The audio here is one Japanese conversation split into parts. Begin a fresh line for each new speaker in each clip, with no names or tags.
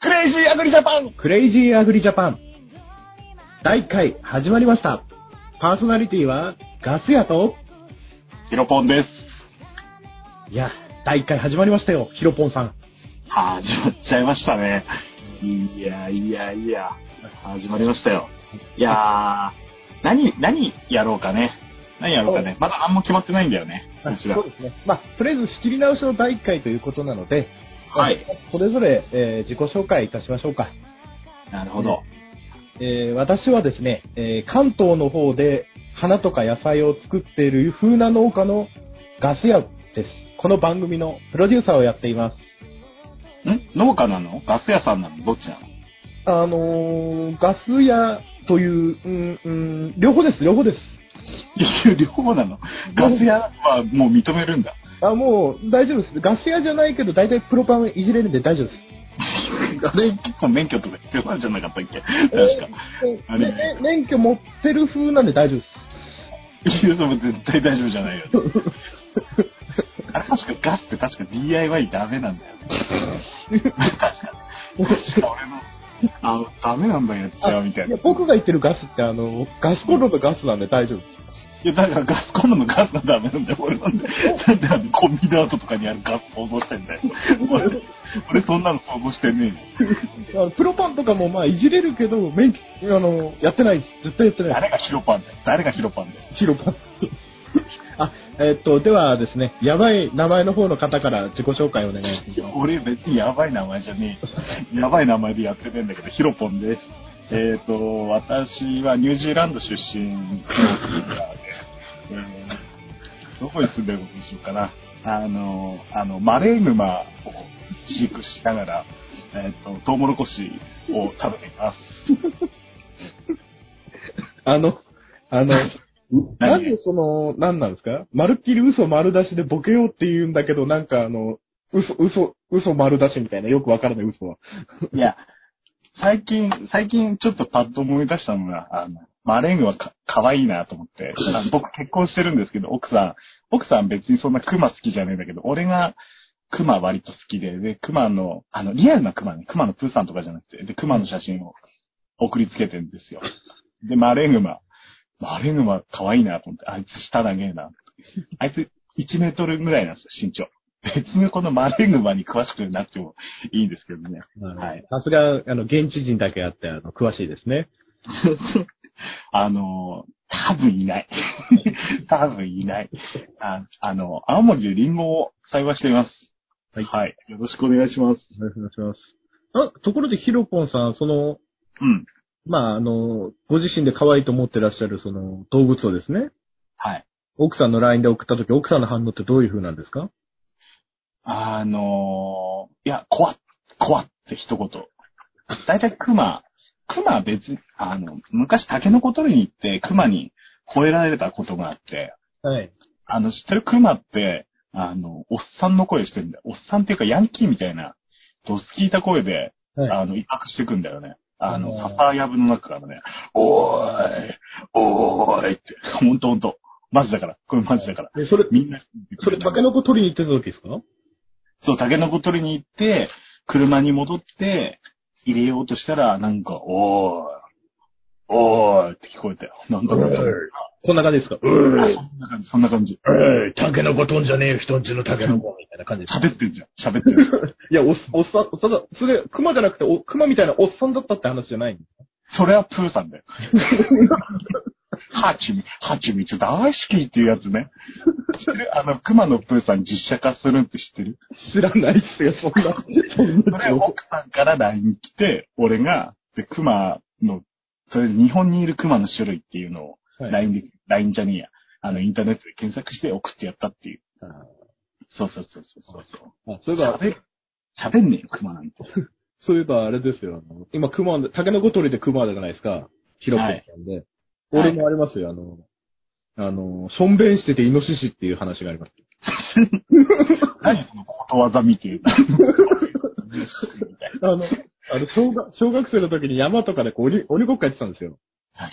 クレイジーアグリジャパン
クレイジーアグリジャパン第1回始まりましたパーソナリティはガス屋と
ヒロポンです。
いや第1回始まりましたよヒロポンさん
始まっちゃいましたね。いやいやいや、始まりましたよ。いやー、何、何やろうかね。何やろうかね。まだ何も決まってないんだよね。うちら
そ。うですねまあとりあえず仕切り直しの第1回ということなので
はい。
まあそれぞれ、えー自己紹介いたしましょうか、
なるほど。
えー私はですね、えー関東の方で花とか野菜を作っている風な農家のガス屋ですこの番組のプロデューサーをやっています
ん農家なのガス屋さんなのどっちなの
あのーガス屋という、うん、うん、両方です、両方です。
いや両方なのガス屋はもう認めるんだ。
あ、もう大丈夫です。ガス屋じゃないけど、大体プロパンいじれるんで大丈夫です。
あれ結構 免許とか必要なんじゃなかったっけ確か。あれ
えーめ免許持ってる風なんで大丈夫です。
いや、それ絶対大丈夫じゃないよね。あれ確かガスって確か DIY ダメなんだよね。確かに。確か俺の、あ、ダメなんだやっちゃうみたい
い
な。い
や僕が言ってるガスって、あの、ガスコンロとガスなんで大丈夫です。
や、だからガスコンロのガスがダメなんだよ。俺なんで、なんであのコンビナートとかにあるガス想像してんだよ。俺、俺そんなの想像してね
あのプロパンとかもまあいじれるけど、免許、あの、やってないです。絶対やって
え
な
よ。
いです
誰がヒロパンだよ。誰がヒロパンだよ。
ヒロパン。 あ、えーっと、ではですね、やばい名前の方の方から自己紹介をお願いします。
俺別にやばい名前じゃねえよやばい名前でやってねえんだけどヒロポンですえっ、と私はニュージーランド出身のスーで、えーどこに住んでることにしようかなあのあのマレーヌマを飼育しながら、えー、とトウモロコシを食べています
あの、あ の、な
何
んでその、なんなんですかまるっきり嘘丸出しでボケようって言うんだけど、なんかあの、嘘、嘘、嘘丸出しみたいな、よくわからない嘘は。
いや最近最近ちょっとパッと思い出したのがあのマレーヌはか可愛いなと思って、あの僕結婚してるんですけど、奥さん、奥さん別にそんなクマ好きじゃねえんだけど、俺がクマ割と好きで、で、クマの、あの、リアルなクマね、クマのプーさんとかじゃなくて、で、クマの写真を送りつけてんですよ。で、マレーグマ。マレーグマ可愛いなと思って、あいつ舌長えな。あいつ1メートルぐらいなんですよ、身長。別にこのマレーグマに詳しくなくてもいいんですけどね。はい。
さすが、あの、現地人だけあって、あの、詳しいですね。
あの、多分い ない。多分いない。ああの、青森でリンゴを栽培しています。
はい
よろしくお願いします。
お願いします。あ、ところでヒロポンさん、その、
うん。
まあ、あの、ご自身で可愛いと思ってらっしゃる、その、動物をですね、
はい。
奥さんの LINE で送った時、奥さんの反応ってどういう風なんですか
あの、いや、怖っ、怖っって一言。だいたいクマ、クマ別に、あの、昔タケノコ取りに行ってクマに吠えられたことがあって、
はい。
あの、知ってるクマって、あの、おっさんの声してるんだよ。おっさんっていうかヤンキーみたいな、ドス聞いた声で、
はい。
あの、威嚇していくんだよね。あの、
うん
笹やぶの中からね、おーい、おーいって、ほんとほんと。マジだから、これマジだから。
でそれ、
みんな、
それ、タケノコ取りに行ってた時ですか
そう、タケノコ取りに行って、車に戻って、入れようとしたら、なんか、おーい、おーいって聞こえて、なんだろうな。
こんな感じですか
あそんな感じ、そんな感じ。
ええ、タケノコ飛んじゃねえよ、人んちのタケノコみたいな感じです。
喋ってんじゃん、喋ってる。
いや、おっおっさん、ただ、それ、熊じゃなくて、お熊みたいなおっさんだったって話じゃないんで
それはプーさんだよ。ハチミ、ハチミツ大好きっていうやつね。知ってるあの、熊のプーさん実写化するって知ってる
す知らないっすよ、そん な。そん
それ奥さんから LINE 来て、俺が、で、熊の、とりあえず日本にいる熊の種類っていうのを
はい
LINE で、LINE じゃねえや。あの、インターネットで検索して送ってやったっていう。そうそうそうそうそう。
あそういえば、
喋る喋んねえよ、熊なんて。
そういえばあれですよ、あの、今、熊で、タケノコ取りで熊じゃないですか。広くさんで。俺もありますよ、あの、あの、しょんべんしててイノシシっていう話があります。
何そのことわざ見 てるみたいな
あの、あの、小学、小学生の時に山とかでこう鬼、鬼ごっこやってたんですよ。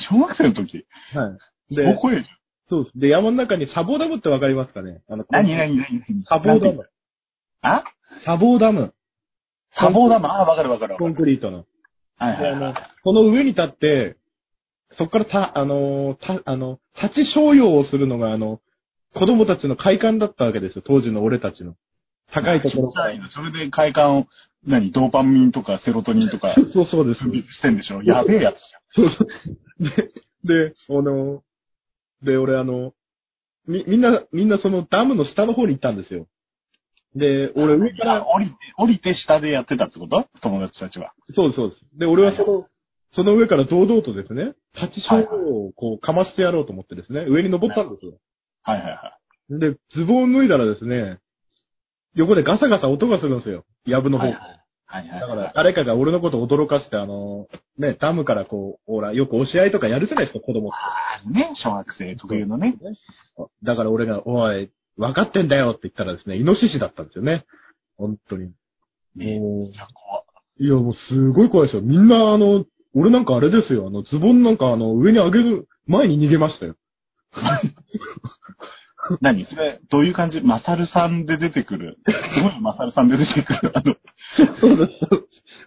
小学生の時、
はい。で、
高校生じゃん。
そうです。で、山の中に砂防ダムってわかりますかねあの、
何何何何
砂防ダム。
あ
砂防ダム。
多忙だ、まあ、わかるわかるわか
コン
る。
クリートの。
はい
で、
は
あ
いは
の
い。、
その上に立って、そこからた、あのー、た、あの、立ち商用をするのが、あの、子供たちの快感だったわけですよ、当時の俺たちの。高いところから。
それで快感を、何、ドーパミンとかセロトニンと か
そうそうです。
分泌してんでしょやべえやつじ
そうそう。で、で、あの、で、俺あの、み、みんな、みんなそのダムの下の方に行ったんですよ。で、
ゃん。
俺上か
あ
ら、
降りて、降りて下でやってたってこと友達たちは。
そうです、そうです。で、俺はそ
は
の、その上から堂々とですね、立ち商用をこうかましてやろうと思ってですね、上に登ったんですよ。
はいはいは
で、ズボン脱いだらですね、横でガサガサ音がするんですよ。ヤブ
い。
の
は
方。
いはい。はい
だか
はいはい
ら、。誰かが俺のことを驚かして、あの、ね、ダムからこう、ほら、よく押し合いとかやるじゃないですか、子供って
あーね、小学生特有のね。
だから俺が、おい、分かってんだよって言ったらですね、イノシシだったんですよね。本当に。
めっちゃ怖
いや、もうすごい怖いですよ。みんな、あの、俺なんかあれですよ。あの、ズボンなんか、あの、上に上げる前に逃げましたよ。
何それ、どういう感じマサルさんで出てく る。すごいマサルさんで出てくる。あの、
そうです。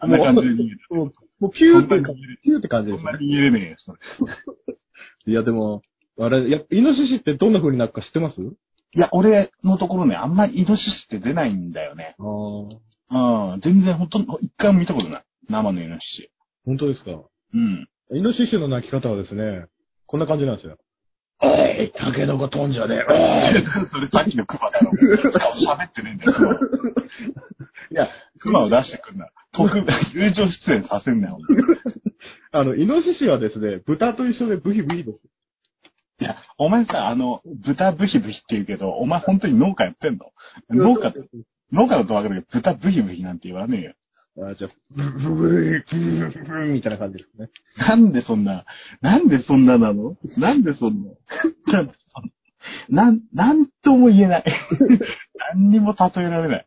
あんな感じで逃げる。
もう、もうピュー
そ
っ
ん
て
な感じで、
ピューって感じで
そ
す
んな
ね
に。逃げれねえよ、それ。
いや、でも、あれ、やイノシシってどんな風になるか知ってます
いや、俺のところね、あんまりイノシシって出ないんだよね。
ああ。本
うん。全然、ほんと、一回も見たことない。生のイノシシ。
当ですか。
うん。
イノシシの鳴き方はですね、こんな感じなんですよ。おい、タケノコ飛んじゃねえ。おい
それさっきのクマだろ。しかも喋ってねえんだよ、クマ。
いや、
クマを出してくんな。特、友情出演させんなよ。
あの、イノシシはですね、豚と一緒でブヒブヒです。
いや、お前さ、あの、豚ブヒブヒって言うけど、お前本当に農家やってんの農家、農家だとわかるけど、豚ブヒブヒなんて言わねえよ。
あじゃあ、ブブブー、ブブブーみたいな感じですね。
なんでそんな、なんでそんななのなんでそんな、なんでそんな、なん、なんとも言えない。何にも例えられない。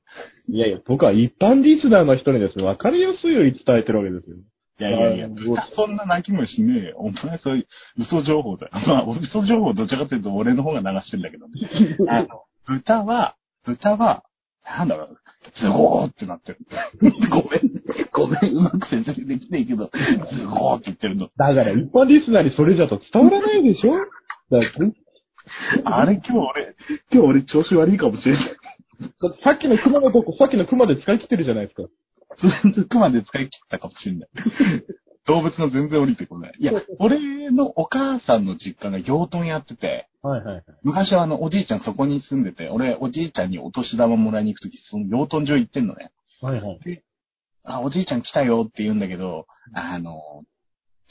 いやいや、僕は一般リスナーの人にですね、わかりやすいように伝えてるわけですよ。
いやいやいや、
あー
豚そんな泣きもしねえよ。お前そういう嘘情報だよ。まあ、嘘情報どちらかというと俺の方が流してんだけ どね。あの、豚は、豚は、なんだろう、ズゴーってなってる。ごめん、ごめん、うまく説明できないけど、ズゴーって言ってるの。
だから一般リスナーにそれじゃと伝わらないでしょだから
あれ今日俺、今日俺調子悪いかもしれない。
だってさっきの熊のとこ、さっきの熊で使い切ってるじゃないですか。
ずっとまで使い切ったかもしれ ない。動物の全然降りてこない。いや、俺のお母さんの実家が養豚やってて、
はいはいはい。
昔はあの、おじいちゃんそこに住んでて、俺、おじいちゃんにお年玉もらいに行くとき、その養豚場行ってんのね。
はいはい。
あ、おじいちゃん来たよって言うんだけど、あの、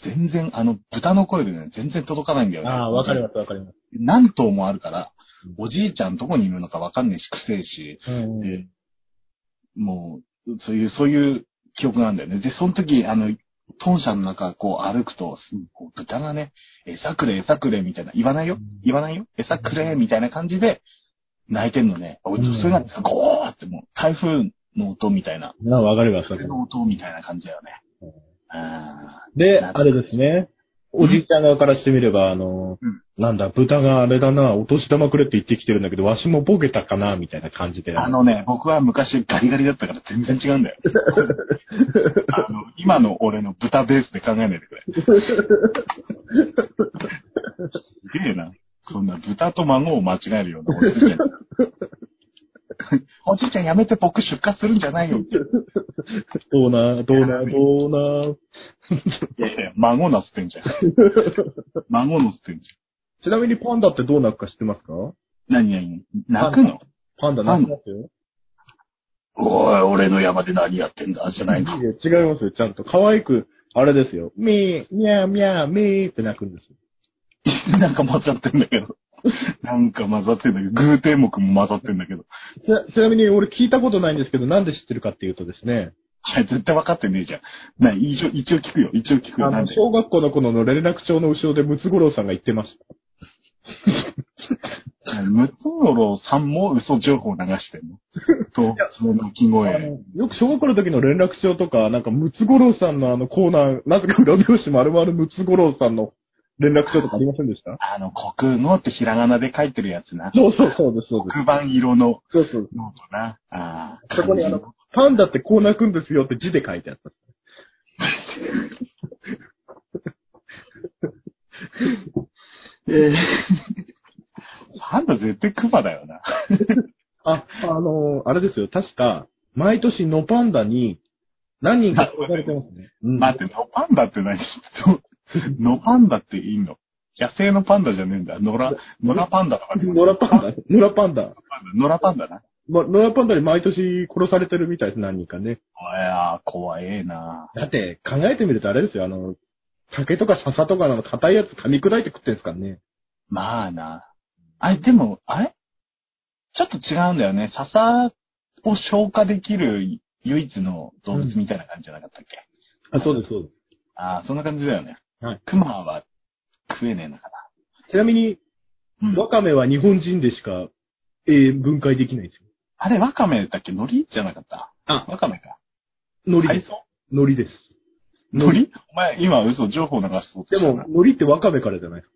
全然、あの、豚の声でね、全然届かないんだよね。
ああ、わかりますわかりま
何頭もあるから
うん、
おじいちゃんどこにいるのかわかんねえし、くせえし、
す。うんうん
で、もう、そういう、そういう記憶なんだよね。で、その時、あの、豚舎の中、こう歩くと、すこう豚がね、餌くれ、餌くれ、みたいな、言わないよ
うん
言わないよ餌くれ、みたいな感じで、泣いてんのね。おい
うん
それがズゴーってもう、台風の音みたいな、
あわかりますわか
風
りま
の音みたいな感じだよね
うん。
あ
す。で、あれですね。おじいちゃん側からしてみれば、あの、
うん
なんだ、豚があれだな、お年玉くれって言ってきてるんだけど、わしもボケたかな、みたいな感じで。
ーあのね、僕は昔ガリガリだったから全然違うんだよ。あの、今の俺の豚ベースで考えないでくれ。すげえな。そんな豚と孫を間違えるようなおじいちゃん。おじいちゃんやめて僕出荷するんじゃないよって。
どうな、どうな、どうな。
いやいや、孫の捨てんじゃん。孫の捨てんじ
ちなみにパンダってどうなるか知ってますか
ゃん。何何泣くの
パンダ泣きますよ。
おい、俺の山で何やってんだじゃないの。
いや、違いますよ。ちゃんと可愛く、あれですよ。みー、みゃーみゃーみーって泣くんですよ。
なんか混ざってんだけ ど。なんか混ざってんだけど、偶天目も混ざってんだけど。
ちなちなみに俺聞いたことないんですけど、なんで知ってるかっていうとですね、
はい、絶対分かってねえじゃん。なに一応、一応聞くよ。一応聞く
あ
よ。なん
の、
で。
小学校の頃の連絡帳の後ろでムツゴロウさんが言ってました。
ムツゴロウさんも嘘情報流して んの動物の鳴き
あ
声。
のよく小学校の時の連絡帳とか、なんかムツゴロウさんのあのコーナー、なぜか裏表紙丸々ムツゴロウさんの連絡帳とかありませんでした
あの、国語ってひらがなで書いてるやつな。
そうそうそうです、そうです。
黒板色の
そうそう。
ノートな。ああ。
そこにあの
漢字
パンダってこう鳴くんですよって字で書いてあった。
えー、パンダ絶対クマだよな。
あ、あのーあれですよ、確か、毎年のパンダに何人か呼ばれてますね。うん
待って、ノパンダって 何ノパンダっていいの野生のパンダじゃねえんだ。野良、野良パンダとかってこと
野良パンダ、野良パンダ。
野良パンダな。
ま、野良パンダに毎年殺されてるみたいです、何人かね。
おやー、怖えな
だって、考えてみるとあれですよ、あの、竹とか笹とかの硬いやつ噛み砕いて食ってんですからね。
まあな。あれ、でも、あれちょっと違うんだよね。笹を消化できる唯一の動物みたいな感じじゃなかったっけ、
あ、そうです、そうで
ああ、そんな感じだよね。
はい。
クマは食えねえのか
す。ちなみに、
な。うん
ワカメは日本人でしか、えー分解できないんですよ。
あれ、ワカメだっけ海苔じゃなかった
あ、
ワカメか。
海苔
海
です。
藻
海苔です。
海苔お前、今嘘、情報流しそうとし
で
たな
も、海苔ってワカメからじゃないです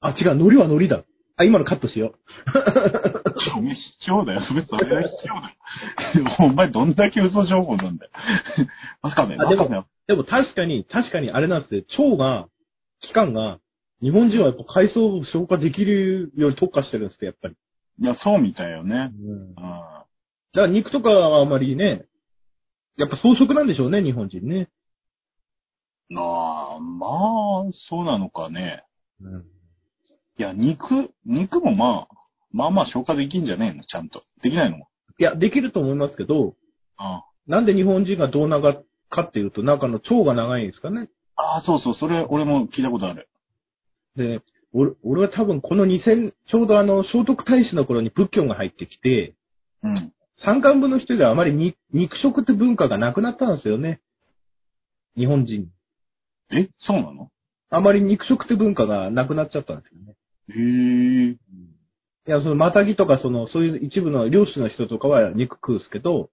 か。あ、違う、海苔は海苔だ。あ、今のカットしよ
お前卑怯だよ。それそれは卑怯だよ。お前どんだけ嘘情報なんだよ。わかめ、
あ
わ
でも
かめは。
う。でも確かに、確かにあれなんですね、腸が、器官が、日本人はやっぱ海藻を消化できるように特化してるんですって、やっぱり。
いや、そうみたいよね。
うん。だ
うん。あ
から肉とかはあまりね、やっぱ草食なんでしょうね、日本人ね。
あ、まあ、そうなのかね。
うん。
いや、肉、肉もまあ、まあまあ消化できんじゃねえの、ちゃんと。できないの
いや、できると思いますけど、
あ
なんで日本人が胴長かっていうと、なんかあの腸が長いんですかね。
ああ、そうそう、それ俺も聞いたことある。
で、俺俺は多分この2000、ちょうどあの、聖徳太子の頃に仏教が入ってきて、
うん。
山間部の人ではあまりに肉食って文化がなくなったんですよね。日本人。
え、そうなの
あまり肉食って文化がなくなっちゃったんですよね。
へえ。
いや、その、マタギとか、その、そういう一部の漁師の人とかは肉食うんですけど、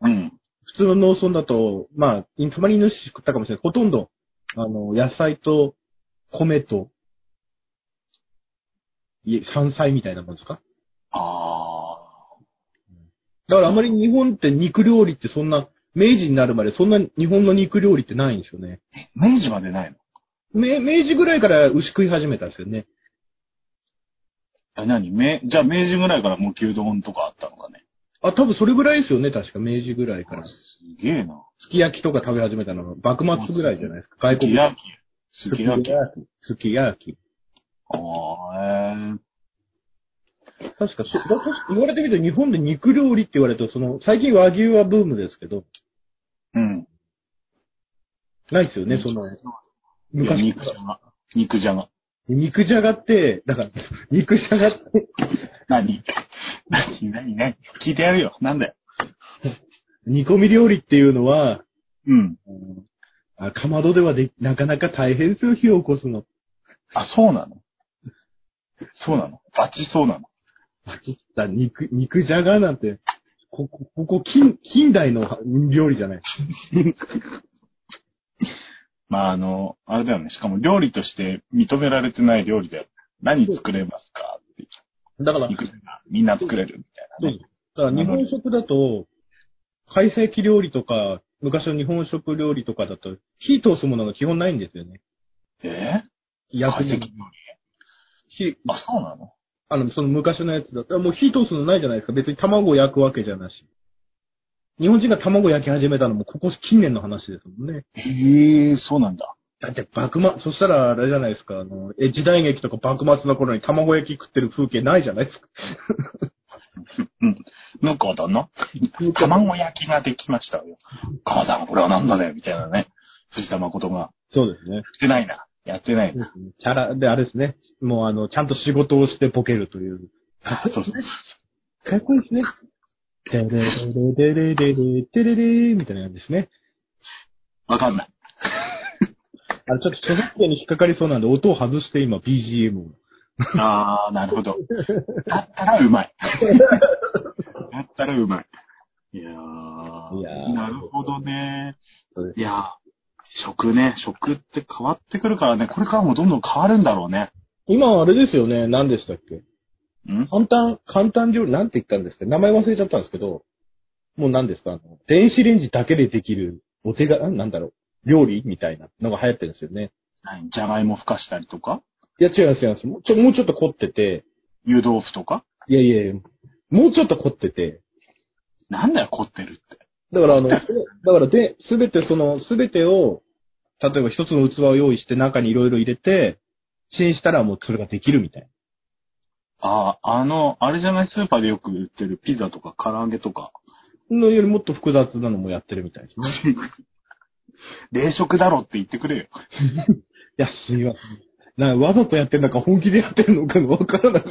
うん。
普通の農村だと、まあ、たまに主食ったかもしれない。ほとんど、あの、野菜と、米と、いえ山菜みたいなもんですか
ああ。
だからあまり日本って肉料理ってそんな、明治になるまでそんな日本の肉料理ってないんですよね。
明治までないの
明明治ぐらいから牛食い始めたんですよね。
え、何め、じゃあ明治ぐらいからもう牛丼とかあったのかね。
あ、多分それぐらいですよね、確か。明治ぐらいから。す
すげえな。
き焼きとか食べ始めたのは幕末ぐらいじゃないですか。
す
外
き
国。
焼き。すき焼き。あ
き。すき焼き。
あ、え
確かそ、だ確か言われてみると日本で肉料理って言われると、その、最近和牛はブームですけど、
えうん。
ないですよね、その、
いや
昔
肉じゃが。肉じゃが。
肉じゃがって、だから、 肉じゃがって、
何何何何聞いてやるよ。なんだよ。
煮込み料理っていうのは、
うん。
あかまどではで、なかなか大変ですよ、火を起こすの。
あ、そうなのそうなのバチそうなの
バチッた肉、肉じゃがなんて、ここ、ここ近、近代の料理じゃない。
まあ、あの、あれだよね。しかも料理として認められてない料理だよ。何作れますかって。
だから、
肉じゃが。みんな作れるみたいなね。
だから日本食だと、懐石料理とか、昔の日本食料理とかだと、火通すものが基本ないんですよね。
えー、
焼
解
く
析料
もの
理。
火、
あ、そうなの
あの、その昔のやつだったら、もう火通すのないじゃないですか。別に卵を焼くわけじゃなし。日本人が卵焼き始めたのも、ここ近年の話ですもんね。
へえ、そうなんだ。
だって幕末、そしたらあれじゃないですか、あの、え、時代劇とか幕末の頃に卵焼き食ってる風景ないじゃないですか。
向こうだな。卵焼きができましたよ。母さん、これはなんだねみたいなね。藤田誠が。
そうですね
や。ってないな。やってないな。
チャラ、で、あれですね。もうあの、ちゃんと仕事をしてボケるという。
あそうそうそう。
かっこいいですね。テレレレレレレテレレーみたいな感じですね。
わかんない。
あれちょっと著作権に引っかかりそうなんで、音を外して今 BGM を。
あー、なるほど。だったらうま い。だったらうまい。いやー、
いやー
なるほどね
そうで。
いやー、食ね、食って変わってくるからね、これからもどんどん変わるんだろうね。
今あれですよね。何でしたっけ
ん
簡単、簡単料理、なんて言ったんですか名前忘れちゃったんですけど、もう何ですかあの、電子レンジだけでできる、お手が、んなんだろう、料理みたいなのが流行ってるんですよね。
何じゃがいもふかしたりとか
いや、違う違う違う。もうちょもうちょっと凝ってて、
湯豆腐とか
いやいやいやもうちょっと凝ってて、
なんだよ、凝ってるって。
だからあの、だからで、すべてその、すべてを、例えば一つの器を用意して中にいろいろ入れて、チンしたらもうそれができるみたいな。
ああ、あの、あれじゃない、スーパーでよく売ってるピザとか唐揚げと か。
のよりもっと複雑なのもやってるみたいですね。
冷食だろって言ってくれよ。
いや、すいません。なわざとやってんだか本気でやってんのかがわからなかっ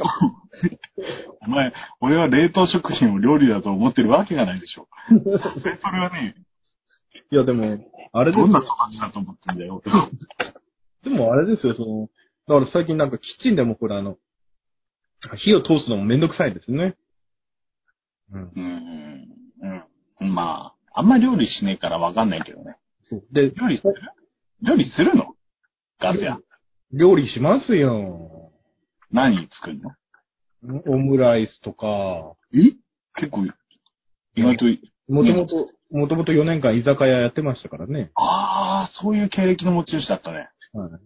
お前、俺は冷凍食品を料理だと思ってるわけがないでしょ。
た。
それは ね、
いや、でも、あれです
ど
よ
んな育ちだと思ってんだよ。
でもあれですよ、その、だから最近なんかキッチンでもこれあの、火を通すのもめんどくさいですね。うん。
うん、うん。まあ、あんま料理しねえからわかんないけどね。
で、
料理する料理するのガスや。
料理しますよ。
何作るの
オムライスとか、
え結構、意外と、
もともと、もともと4年間居酒屋やってましたからね。
ああ、そういう経歴の持ち主だったね。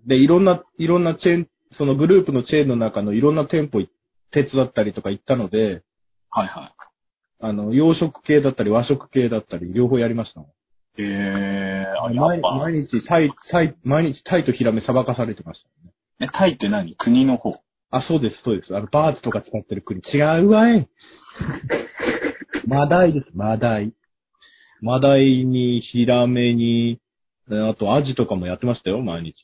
で、いろんな、いろんなチェーン、そのグループのチェーンの中のいろんな店舗い手伝ったりとか行ったので、
はいは
あの、洋食系だったり和食系だったり、両方やりましたもん。
い。ええー、あ、や
毎
っぱ、
毎日、タイ、タイ、毎日タイとヒラメさばかされてました。
え、タイって何国の方。
あ、そうです、そうです。あの、バーツとか使ってる国。違う わい。マダイです、マダイ。マダイに、ヒラメに、えあと、アジとかもやってましたよ、毎日。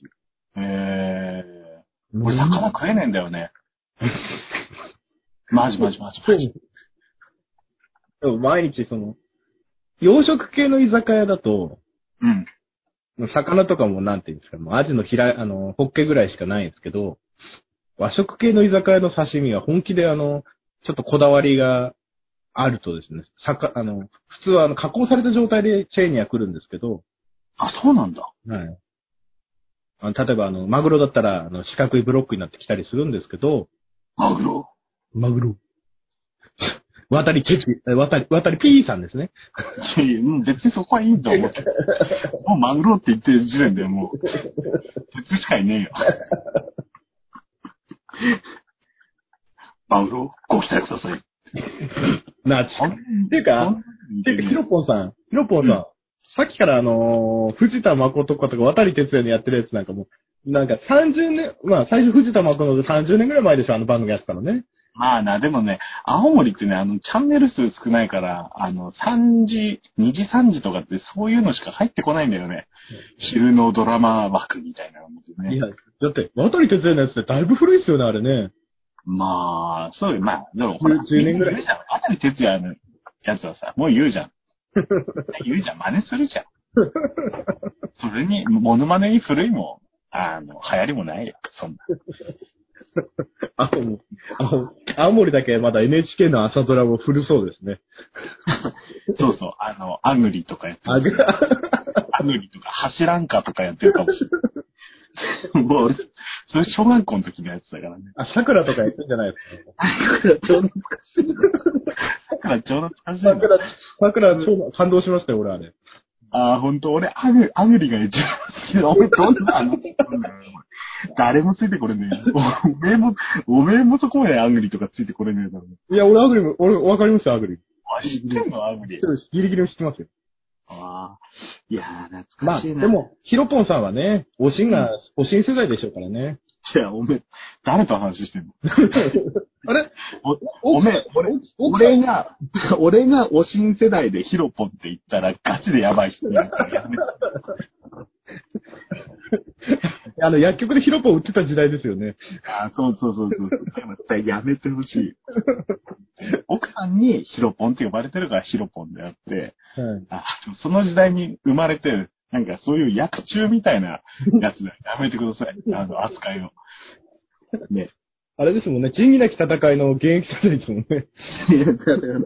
ええー、俺魚食えねえんだよ ね。マジマジマジ
そ
マ
う
ジ。
でも毎日、その、洋食系の居酒屋だと、
うん。
魚とかもなんていうんですか、もうアジのひら、あの、ホッケぐらいしかないんですけど、和食系の居酒屋の刺身は本気であの、ちょっとこだわりがあるとですね、さか、あの、普通はあの、加工された状態でチェーンには来るんですけど、
あ、そうなんだ。
はい。あの例えばあの、マグロだったら、あの、四角いブロックになってきたりするんですけど、
マグロ。
マグロ。 渡りチェピ、渡り、渡りピーさんですね。
いやいやうん別にそこはいいと思 って。もうマグロって言ってる時点でもう、別しかいねえよ。マグロ、ご期待ください。
な、
あん
ていうか、で、ヒロポンさん、ヒロポンさん、
うん
さっきからあのー藤田誠とかとか渡哲也のやってるやつなんかもう、なんか30年、まあ最初藤田誠で30年ぐらい前でしょ、あの番組やってたのね。
まあな、でもね、青森ってね、あの、チャンネル数少ないから、あの、3時、2時3時とかってそういうのしか入ってこないんだよね。昼のドラマ枠みたいなのでね。
いや、だって渡哲也のやつってだいぶ古いっすよね、あれね。
まあ、そういう、まあ、でもほら、
10年ぐらい
言うじゃん。あたり哲也のやつはさ、もう言うじ ゃん。言うじゃん、真似するじゃん。それに、モノマネに古いもん、あの、流行りもないよ、そんな。
あの、あの青森だけまだ NHK の朝ドラも古そうですね。
そうそう、あの、アグリとかやってる
あぐ
アグリとか、走らんかとかやってるかもしれな い。もう、それ小学校の時のやつだからね。
あ、桜とかやってんじゃないですか。
だから超懐かしいな。
桜、桜、超感動しましたよ、俺あれ。
ああ、ほんと、俺、アグ、アグリが一番好きだ。俺、どんな話してんだよ、お前誰もついてこれねえよ。おめえも、おめえもそこまでアグリとかついてこれねえだろ。
いや、俺アグリも、俺わかりました、アグリ。
おい知ってんのアグリ。
ギリギリ知ってますよ。
ああ。いやー、懐
ま
か
あ、
しい
で
な。、
も、ヒロポンさんはね、おしんが、おしん世代でしょうからね。
いや、おめえ、誰と話してんの
あれ
おめえ、俺、
奥さん
俺が、俺がおしん世代でヒロポンって言ったらガチでやばい人になるからやめて
あの、薬局でヒロポン売ってた時代ですよね。
あーそうそうそうそうそう。やめてほしい。奥さんにヒロポンって呼ばれてるからヒロポンであって、
はい。
あその時代に生まれて、なんかそういう薬中みたい なやつだ。やめてください。あの、扱いを。ね。
あれですもんね、仁義なき戦いの現役世代ですもんね。
いやだからだか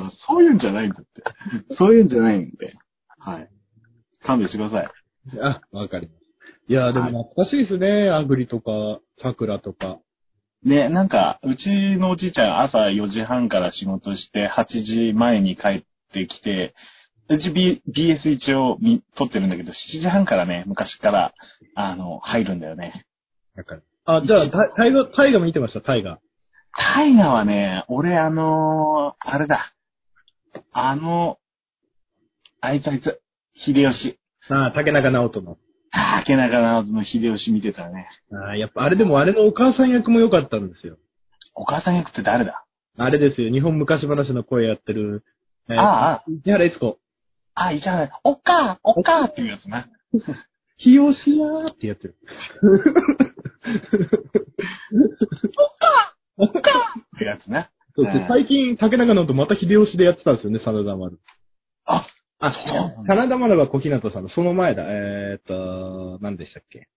ら、そういうんじゃないんだって。そういうんじゃないんで。はい。勘弁してください。
あ、わかります。いや、でも懐かしいですね、アグリとか、桜とか。
ね、なんか、うちのおじいちゃん朝4時半から仕事して、8時前に帰ってきて、うち、B、BS 一応み撮ってるんだけど、7時半からね、昔から、あの、入るんだよね。
だから。あ、じゃあ、タタイガ、タイガ見てました、タイガ。
タイガはね、俺あのーあれだ。あの、あいつあいつ、秀吉。
ああ、竹中直人の。
竹中直人の秀吉見てたね。
ああ、やっぱ、あれでも、あれのお母さん役も良かったんですよ。
お母さん役って誰だ
あれですよ、日本昔話の声やってる、えー、
ああ、
市原悦子。
あ、いじゃあ、おっかー、おっかーっていうやつな。
日吉やーってやってる。
ってやつな。
そうです
うん
ね最近、竹中直人また秀吉でやってたんですよね、真田丸。
あ、
あ、
そうなんだ
真田丸は小日向さんの、その前だ。えーっと、何でしたっけ。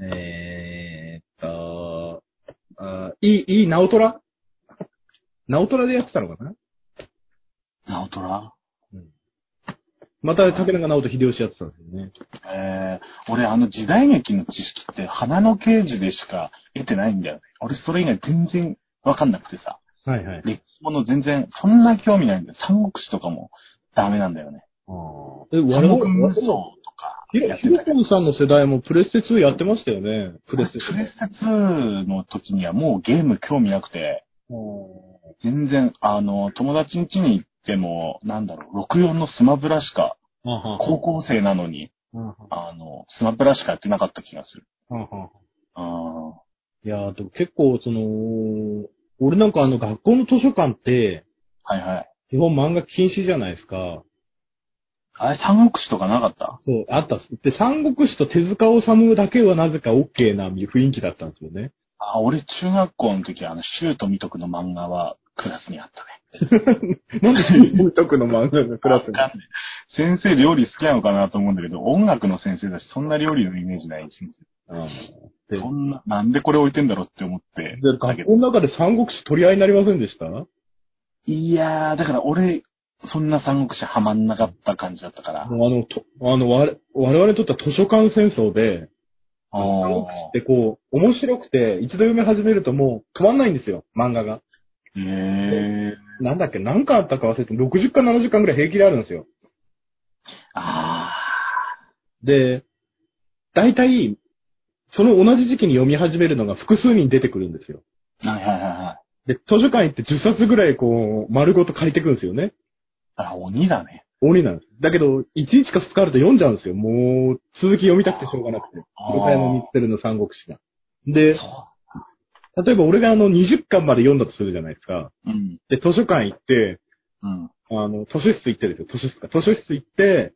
えーっと、あいい、いい、直虎直虎でやってたのかな
直虎
また竹中直人秀吉やってたんですよね。
えー、俺あの時代劇の知識って花の刑事でしか得てないんだよね。俺それ以外全然わかんなくてさ。
はいはい。
歴史もの全然、そんな興味ないんだよ。三国志とかもダメなんだよね。
え、我
三
々、
国無
我
双
々
とか
ヒ
や
ロ
っ
ヒ
て
ロ
たよ。
ポンさんの世代もプレステ2やってましたよね。プ
プ
レ
レ
ス
ス
テ
テ
2。
2の時にはもうゲーム興味なくて、全然、あの、友達ん家に行っても、なんだろう、64のスマブラしか、
あは
高校生なのに、あの、スマブラしかやってなかった気がする。あ
いやー、でも結構、その、俺なんかあの学校の図書館って、
あ、はいはい。
基本漫画禁止じゃないですか。
あれ、三国志とかなかった
そう、あったっす。で、三国志と手塚治虫だけはなぜか OK な雰囲気だったんですよね。
あ、俺、中学校の時、あの、シュート見とくの漫画は、クラスにあったね。
なんで新徳の漫画がクラ スに
わかんない先生料理好きなのかなと思うんだけど、音楽の先生だし、そんな料理のイメージない先
あー
生。
で
そんな、なんでこれ置いてんだろうって思って。
で学校の中で三国志取り合いになりませんでしたも
いやー、だから俺、そんな三国志ハマんなかった感じだったから。
うあの、とあの、我々我々にとっては図書館戦争で、三
お
国志ってこう、面白くて、一度読み始めるともう止まんないんですよ、漫画が。
ー。へー。
なんだっけ、何巻あったか忘れて、60巻、70巻ぐらい平気であるんですよ。
あ
で、大体、その同じ時期に読み始めるのが複数人出てくるんですよ。
ー。はいはいはいはい。
で、図書館行って10冊ぐらいこう、丸ごと借りてくるんですよね。
あ、鬼だね。
鬼なんです。だけど、1日か2日あると読んじゃうんですよ。もう、続き読みたくてしょうがなくて。
あー
岡山光輝の三国志が。で、
そ
例えば俺があの20巻まで読んだとするじゃないですか。
う。うん。
で、図書館行って、
うん。
あの、図書室行ってですよ、図書室か。図書室行って、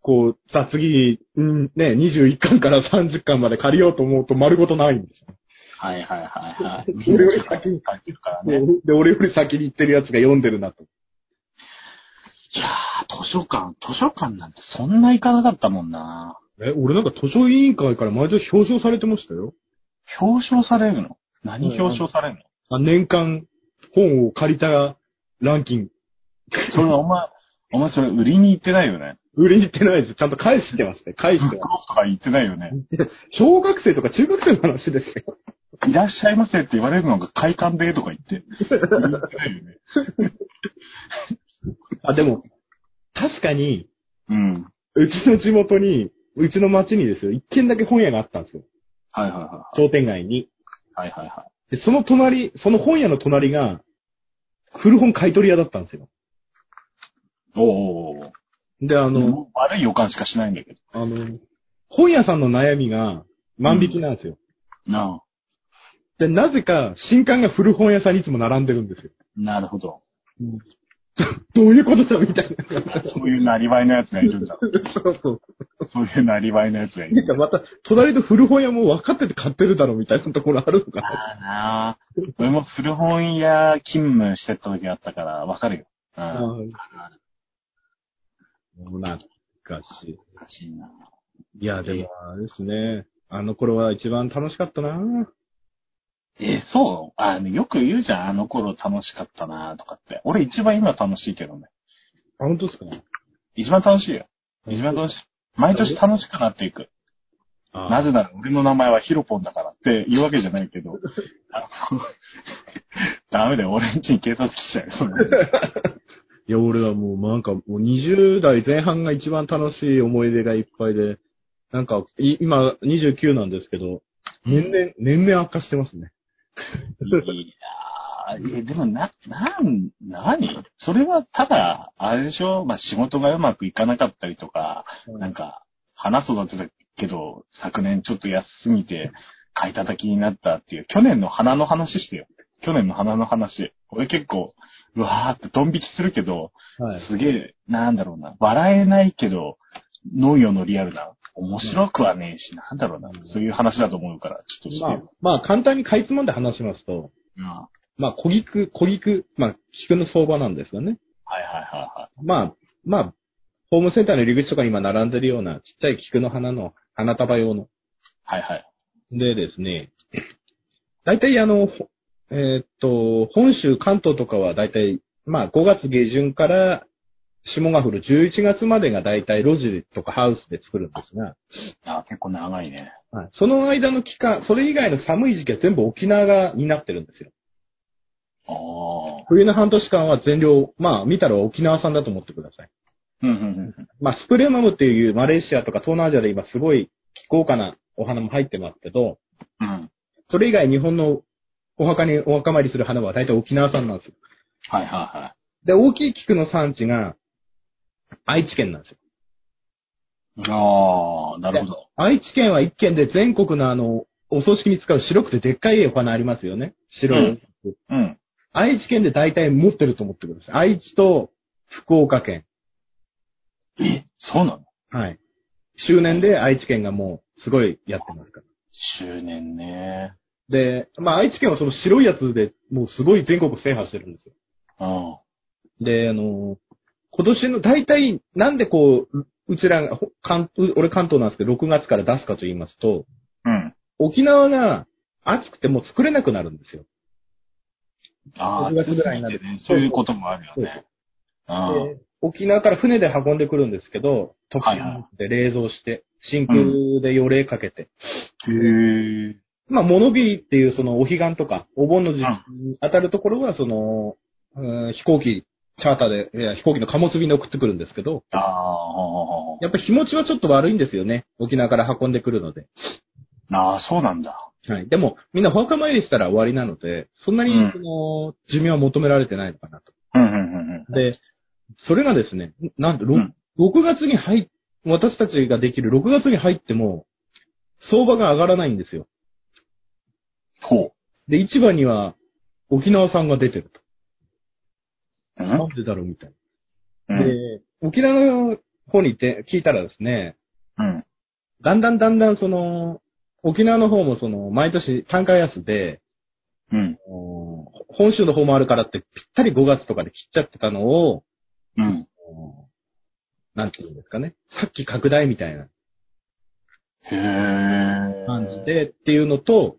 こう、さあ次、うん、ね、21巻から30巻まで借りようと思うと丸ごとないんですよ。
はいはいはい はい。
それより先に
書いてるからね。
で、俺より先に行ってるやつが読んでるなと。
いやー、図書館、図書館なんてそんな行かなかったもんな。
え、俺なんか図書委員会から毎年表彰されてましたよ。
表彰されるの何表彰されるの、
あ年間本を借りたランキング。
それお前、お前それ売りに行ってないよね。
売りに行ってないです。ちゃんと返してましたよ。返
ブッ
して
ク
ま
オフとか行ってないよね。
した。小学生とか中学生の話ですよ。
いらっしゃいませって言われるのが快感でとか言って。 売りに行ってないよね。
あ、でも、確かに、
うん。
うちの地元に、うちの町にですよ、一軒だけ本屋があったんですよ。
はいはいは
商店街に。
い。はいはいはい。
で、その隣、その本屋の隣が、古本買い取り屋だったんですよ。
おうおう
で、あ
おう
の、
もう悪い予感しかしないんだけど。
あの、本屋さんの悩みが万引きなんですよ。
なあ。
で、なぜか、新刊が古本屋さんにいつも並んでるんですよ。
なるほど。
どういうことだみたいな。
そういうなりわいのやつがいるんだ。
そうそう。
そういうなりわいのやつがい
なん
る。
かまた、隣の古本屋も分かってて買ってるだろうみたいなところあるのかな。
ああなあ。俺も古本屋勤務してた時あったから、わかるよ。うん。
あ
お
ーなんかしい。
かしいな。
いや、でも、あれですね。あの頃は一番楽しかったな
えーそうあの、よく言うじゃん、あの頃楽しかったなとかって。俺一番今楽しいけどね。
あ、本当ですか
一番楽しいよ。一番楽しい。毎年楽しくなっていく。
あー
なぜなら俺の名前はヒロポンだからって言うわけじゃないけ ど、あのダメだよ、俺んちに警察来ちゃうよ、そんなの
いや、俺はもうなんかもう20代前半が一番楽しい思い出がいっぱいで、なんかい今29なんですけど、年々、年々悪化してますね。
いやー、えでもな、なん、なにそれはただ、あれでしょまあ、仕事がうまくいかなかったりとか、なんか、花育てたけど、昨年ちょっと安すぎて、買い叩きになったっていう、去年の花の話してよ。去年の花の話。俺結構、うわーってドン引きするけど、
はい。
すげえ、なんだろうな、笑えないけど、農業のリアルな、面白くはねえし、なんだろうな、そういう話だと思うから、ちょっとして
まあ
よ。、
まあ簡単にかいつまんで話しますと、
うん
まあ小菊、小菊、まあ菊の相場なんですよね。
はいはいはいはい。
まあ、まあ、ホームセンターの入り口とかに今並んでるようなちっちゃい菊の花の花束用の。
はいはい。
でですね、 大体あの、ほえーっと、本州、関東とかは大体、まあ5月下旬から霜が降る11月までが大体路地とかハウスで作るんですが、
あ結構長いね。
はいその間の期間、それ以外の寒い時期は全部沖縄がになってるんですよ。
ああ。
冬の半年間は全量、まあ見たら沖縄産だと思ってください。
うんうんうん。
まあスプレーマムっていうマレーシアとか東南アジアで今すごい高価なお花も入ってますけど、
うん。
それ以外日本のお墓にお墓参りする花は大体沖縄産なんですよ。
はいはいは
で、大きい菊の産地が愛知県なんですよ。
い。ああ、なるほど。
愛知県は一県で全国のあの、お葬式に使う白くてでっかいお花ありますよね。白い。
うん。
愛知県で大体持ってると思ってください。愛知と福岡県。
え、そうなの
はい。周年で愛知県がもうすごいやってますから。
周年ね。
で、まあ愛知県はその白いやつでもうすごい全国を制覇してるんですよ。
うん。
で、あの、今年の、大体、なんでこう、うちらが、ほ関俺関東なんですけど、6月から出すかと言いますと、
うん。
沖縄が暑くてもう作れなくなるんですよ。
ああ、
6月ぐらいになる
続てね。そういうこともあるよね。ああ。
で沖縄から船で運んでくるんですけど、特
はいは
殊で冷蔵して、真空で予冷かけて。
へえ。
まあ、物火っていうそのお彼岸とか、お盆の時期
う
に当たるところは、その、うん飛行機、チャーターで、いや飛行機の貨物便で送ってくるんですけど、
ああ、ほうほうほ
やっぱ日持ちはちょっと悪いんですよね。沖縄から運んでくるので。
うああ、そうなんだ。
はい。でも、みんなお墓参りしたら終わりなので、そんなに
うん、
その、寿命は求められてないのかなと。
うんうんうんうん。
で、それがですね、なんと、ろ
うん
6月に入っ、私たちができる6月に入っても、相場が上がらないんですよ。
ほ
で、市場には、沖縄産が出てると。
う。う
なんんでだろうみたい
うん
な。で、沖縄の方に行って、聞いたらですね、
うん。
だんだんだんだんその、沖縄の方もその、毎年単価安で、
うん。
お本州の方もあるからってぴったり5月とかで切っちゃってたのを、
うん。
おなんていうんですかね。さっき拡大みたいな
へえ。
感じ。でっていうのと、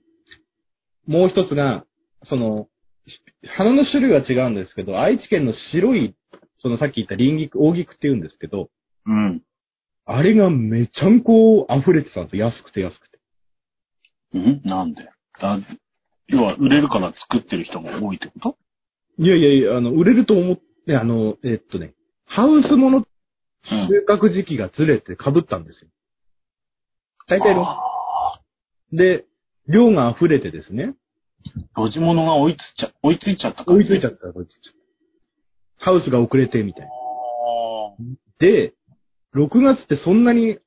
もう一つが、その、し花の種類は違うんですけど、愛知県の白い、そのさっき言った輪菊、大菊って言うんですけど、
うん。
あれがめちゃんこ溢れてたんですよ。安くて安くて。
んなんであ要は、売れるから作ってる人が多いってこと
いやいやいや、あの、売れると思って、あの、えっとね、ハウスもの
うん。
収穫時期がずれて被ったんですよ。大体6
あ
で、量が溢れてですね、
ー路地物が追いついちゃ、追いついちゃったから、
追いついちゃった、追いついちゃった。ハウスが遅れて、みたいな。で、6月ってそんなに、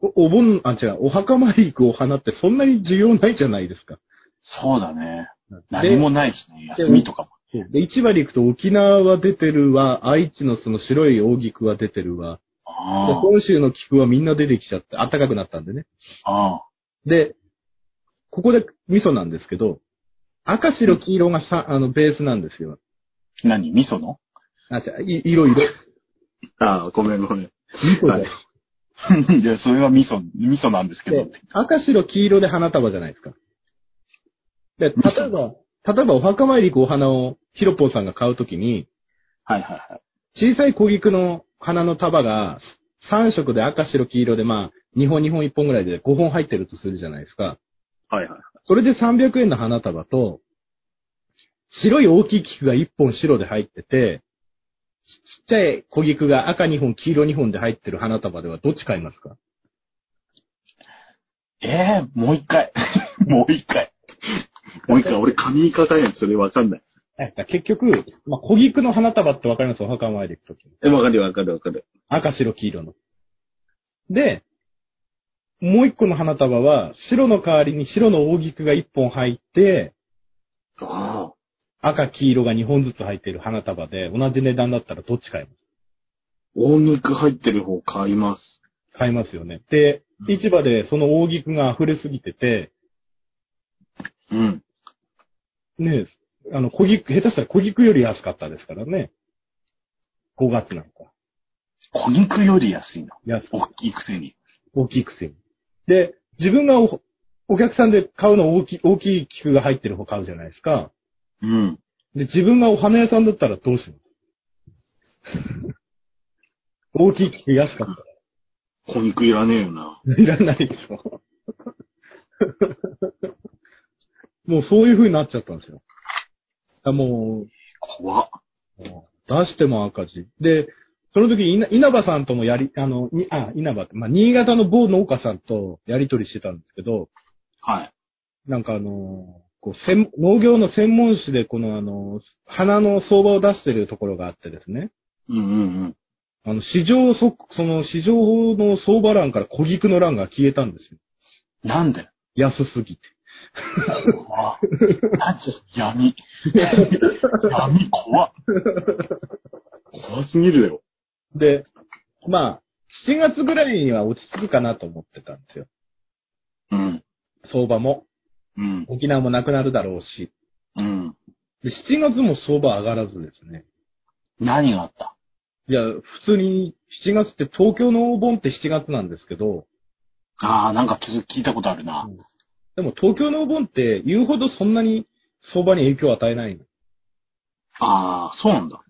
おお盆、あ、違う、お墓参り行くお花ってそんなに需要ないじゃないですか。
そうだね。
で
何もないしね。休みとかも。
で、市場に行くと沖縄は出てるわ、愛知のその白い大菊は出てるわ、で
あ
本州の菊はみんな出てきちゃって、暖かくなったんでね。
あ。あ
で、ここで味噌なんですけど、赤白黄色がさ、あの、ベースなんですよ。
ー何味噌の
あ、違う、い 色々。
ああ、ごめん ごめん。い
味噌
は
だ
いや、それは味噌、味噌なんですけど
で。赤白黄色で花束じゃないですか。で、例えば、例えばお墓参り行くお花をヒロポンさんが買うときに、
はいはいはい。
小さい小菊の花の束が3色で赤白黄色でまあ、 2本2本1本ぐらいで5本入ってるとするじゃないですか。
はいはい。
それで300円の花束と、白い大きい菊が1本白で入ってて、ちちっちゃい小菊が赤2本、黄色2本で入ってる花束ではどっち買いますか
ええもう一回。 もう一回。もう一回、俺、髪にかかえないそれわかんない。
え結局、まあ、小菊の花束ってわかりますお墓参り行くとき。
え、わかるよわかるわかる。
赤、白、黄色の。で、もう一個の花束は、白の代わりに白の大菊が一本入って、
ああ。
赤、黄色が二本ずつ入っている花束で、同じ値段だったらどっち買いま
大肉入ってる方買います。
す買いますよね。で、
うん
市場でその大菊が溢れすぎてて、
うん。
ねえ、あの、小菊、下手したら小菊より安かったですからね。5月なんか。
小肉より安いの。
安く
大きいくせに。
大きいくせに。で、自分がおお客さんで買うの大きい、大きい菊が入ってる方買うじゃないですか。
うん。
で、自分がお花屋さんだったらどうします 大きい菊安かっ
小肉いらねえよな。
たらいらないでしょ。もうそういう風になっちゃったんですよ。あも
怖っ。
う、出しても赤字。で、その時、稲稲葉さんともやり、あの、にあ、稲葉って、まあ、新潟の某農家さんとやりとりしてたんですけど、
はい。
なんかあのーこう専、農業の専門誌でこのあのー、花の相場を出してるところがあってですね。
うんうん
あの、市場そ、その市場の相場欄から小菊の欄が消えたんですよ。
うん。なんで
安すぎて。
怖 っ。なんつう闇。 闇怖っ。怖すぎるよ。
で、まあ、7月ぐらいには落ち着くかなと思ってたんですよ。
うん。
相場も。
うん。
沖縄もなくなるだろうし。
うん。
で、7月も相場上がらずですね。
何があった
いや、普通に7月って東京のお盆って7月なんですけど、
ああ、なんか聞いたことあるな。
でも東京のお盆って言うほどそんなに相場に影響を与えないの。
ああ、そうなんだ。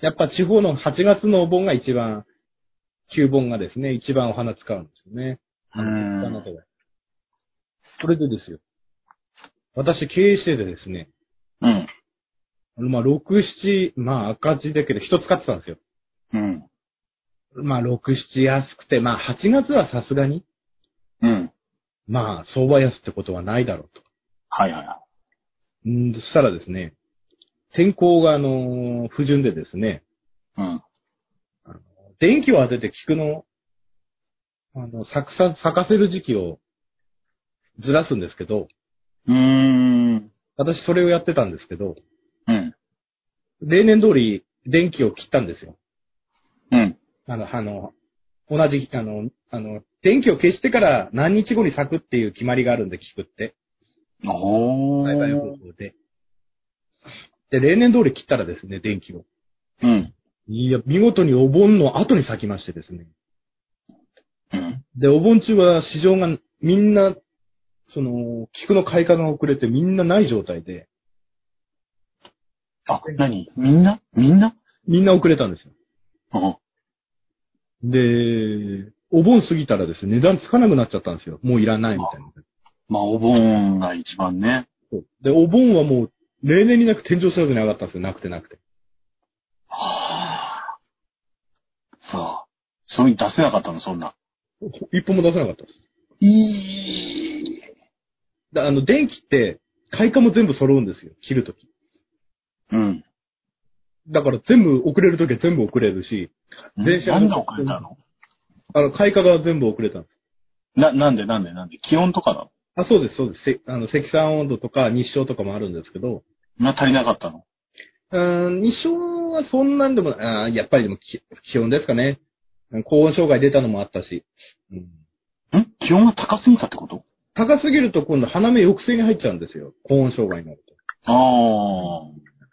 やっぱ地方の8月のお盆が一番、旧盆がですね、一番お花使うんですよね。
う
あの
ん。
それでですよ。私経営しててですね、
うん。
まあ6、7、まあ赤字だけど一つ買ってたんですよ。
うん。
まあ6、7安くて、まあ8月はさすがに、
うん。
まあ相場安ってことはないだろうと。
はいはいは
うん、そしたらですね、天候があのー不順でですね、
い。うん。
電気を当てて菊の、あの、咲くさ、咲かせる時期をずらすんですけど、
うーん。
私それをやってたんですけど、
うん。
例年通り電気を切ったんですよ。
うん。
あの、あの、同じ、あの、あの、電気を消してから何日後に咲くっていう決まりがあるんで、菊って。
お
栽培
ー
方。法で。で、例年通り切ったらですね、電気を。
うん。
いや、見事にお盆の後に咲きましてですね。
うん。
で、お盆中は市場がみんな、その、菊の開花が遅れてみんなない状態で、
あ、なにみんなみんな
みんな遅れたんですよ。
うん。
で、お盆過ぎたらですね、値段つかなくなっちゃったんですよ。もういらないみたいな。
まあ、お盆が一番ね。
そうで、お盆はもう、例年になく天井知らずに上がったんですよ。なくてなくて。
はあ。さあ、それに出せなかったの、そんな。
一本も出せなかったです。
いい。
だあの、電気って、開花も全部揃うんですよ。切るとき。
うん。
だから全部遅れるときは全部遅れるし、電車
なんで遅れたの
あの、開花が全部遅れたんです。
な、なんでなんでなんで気温とかなの
あ、そうです、そうです。せあの、積算温度とか日照とかもあるんですけど、
が足りなかったの
うーん、二勝はそんなんでもないあーやっぱりでも気気温ですかね。うん高温障害出たのもあったし。うん、
ん気温が高すぎたってこと
高すぎると今度花芽抑制に入っちゃうんですよ。高温障害になると。
ああ。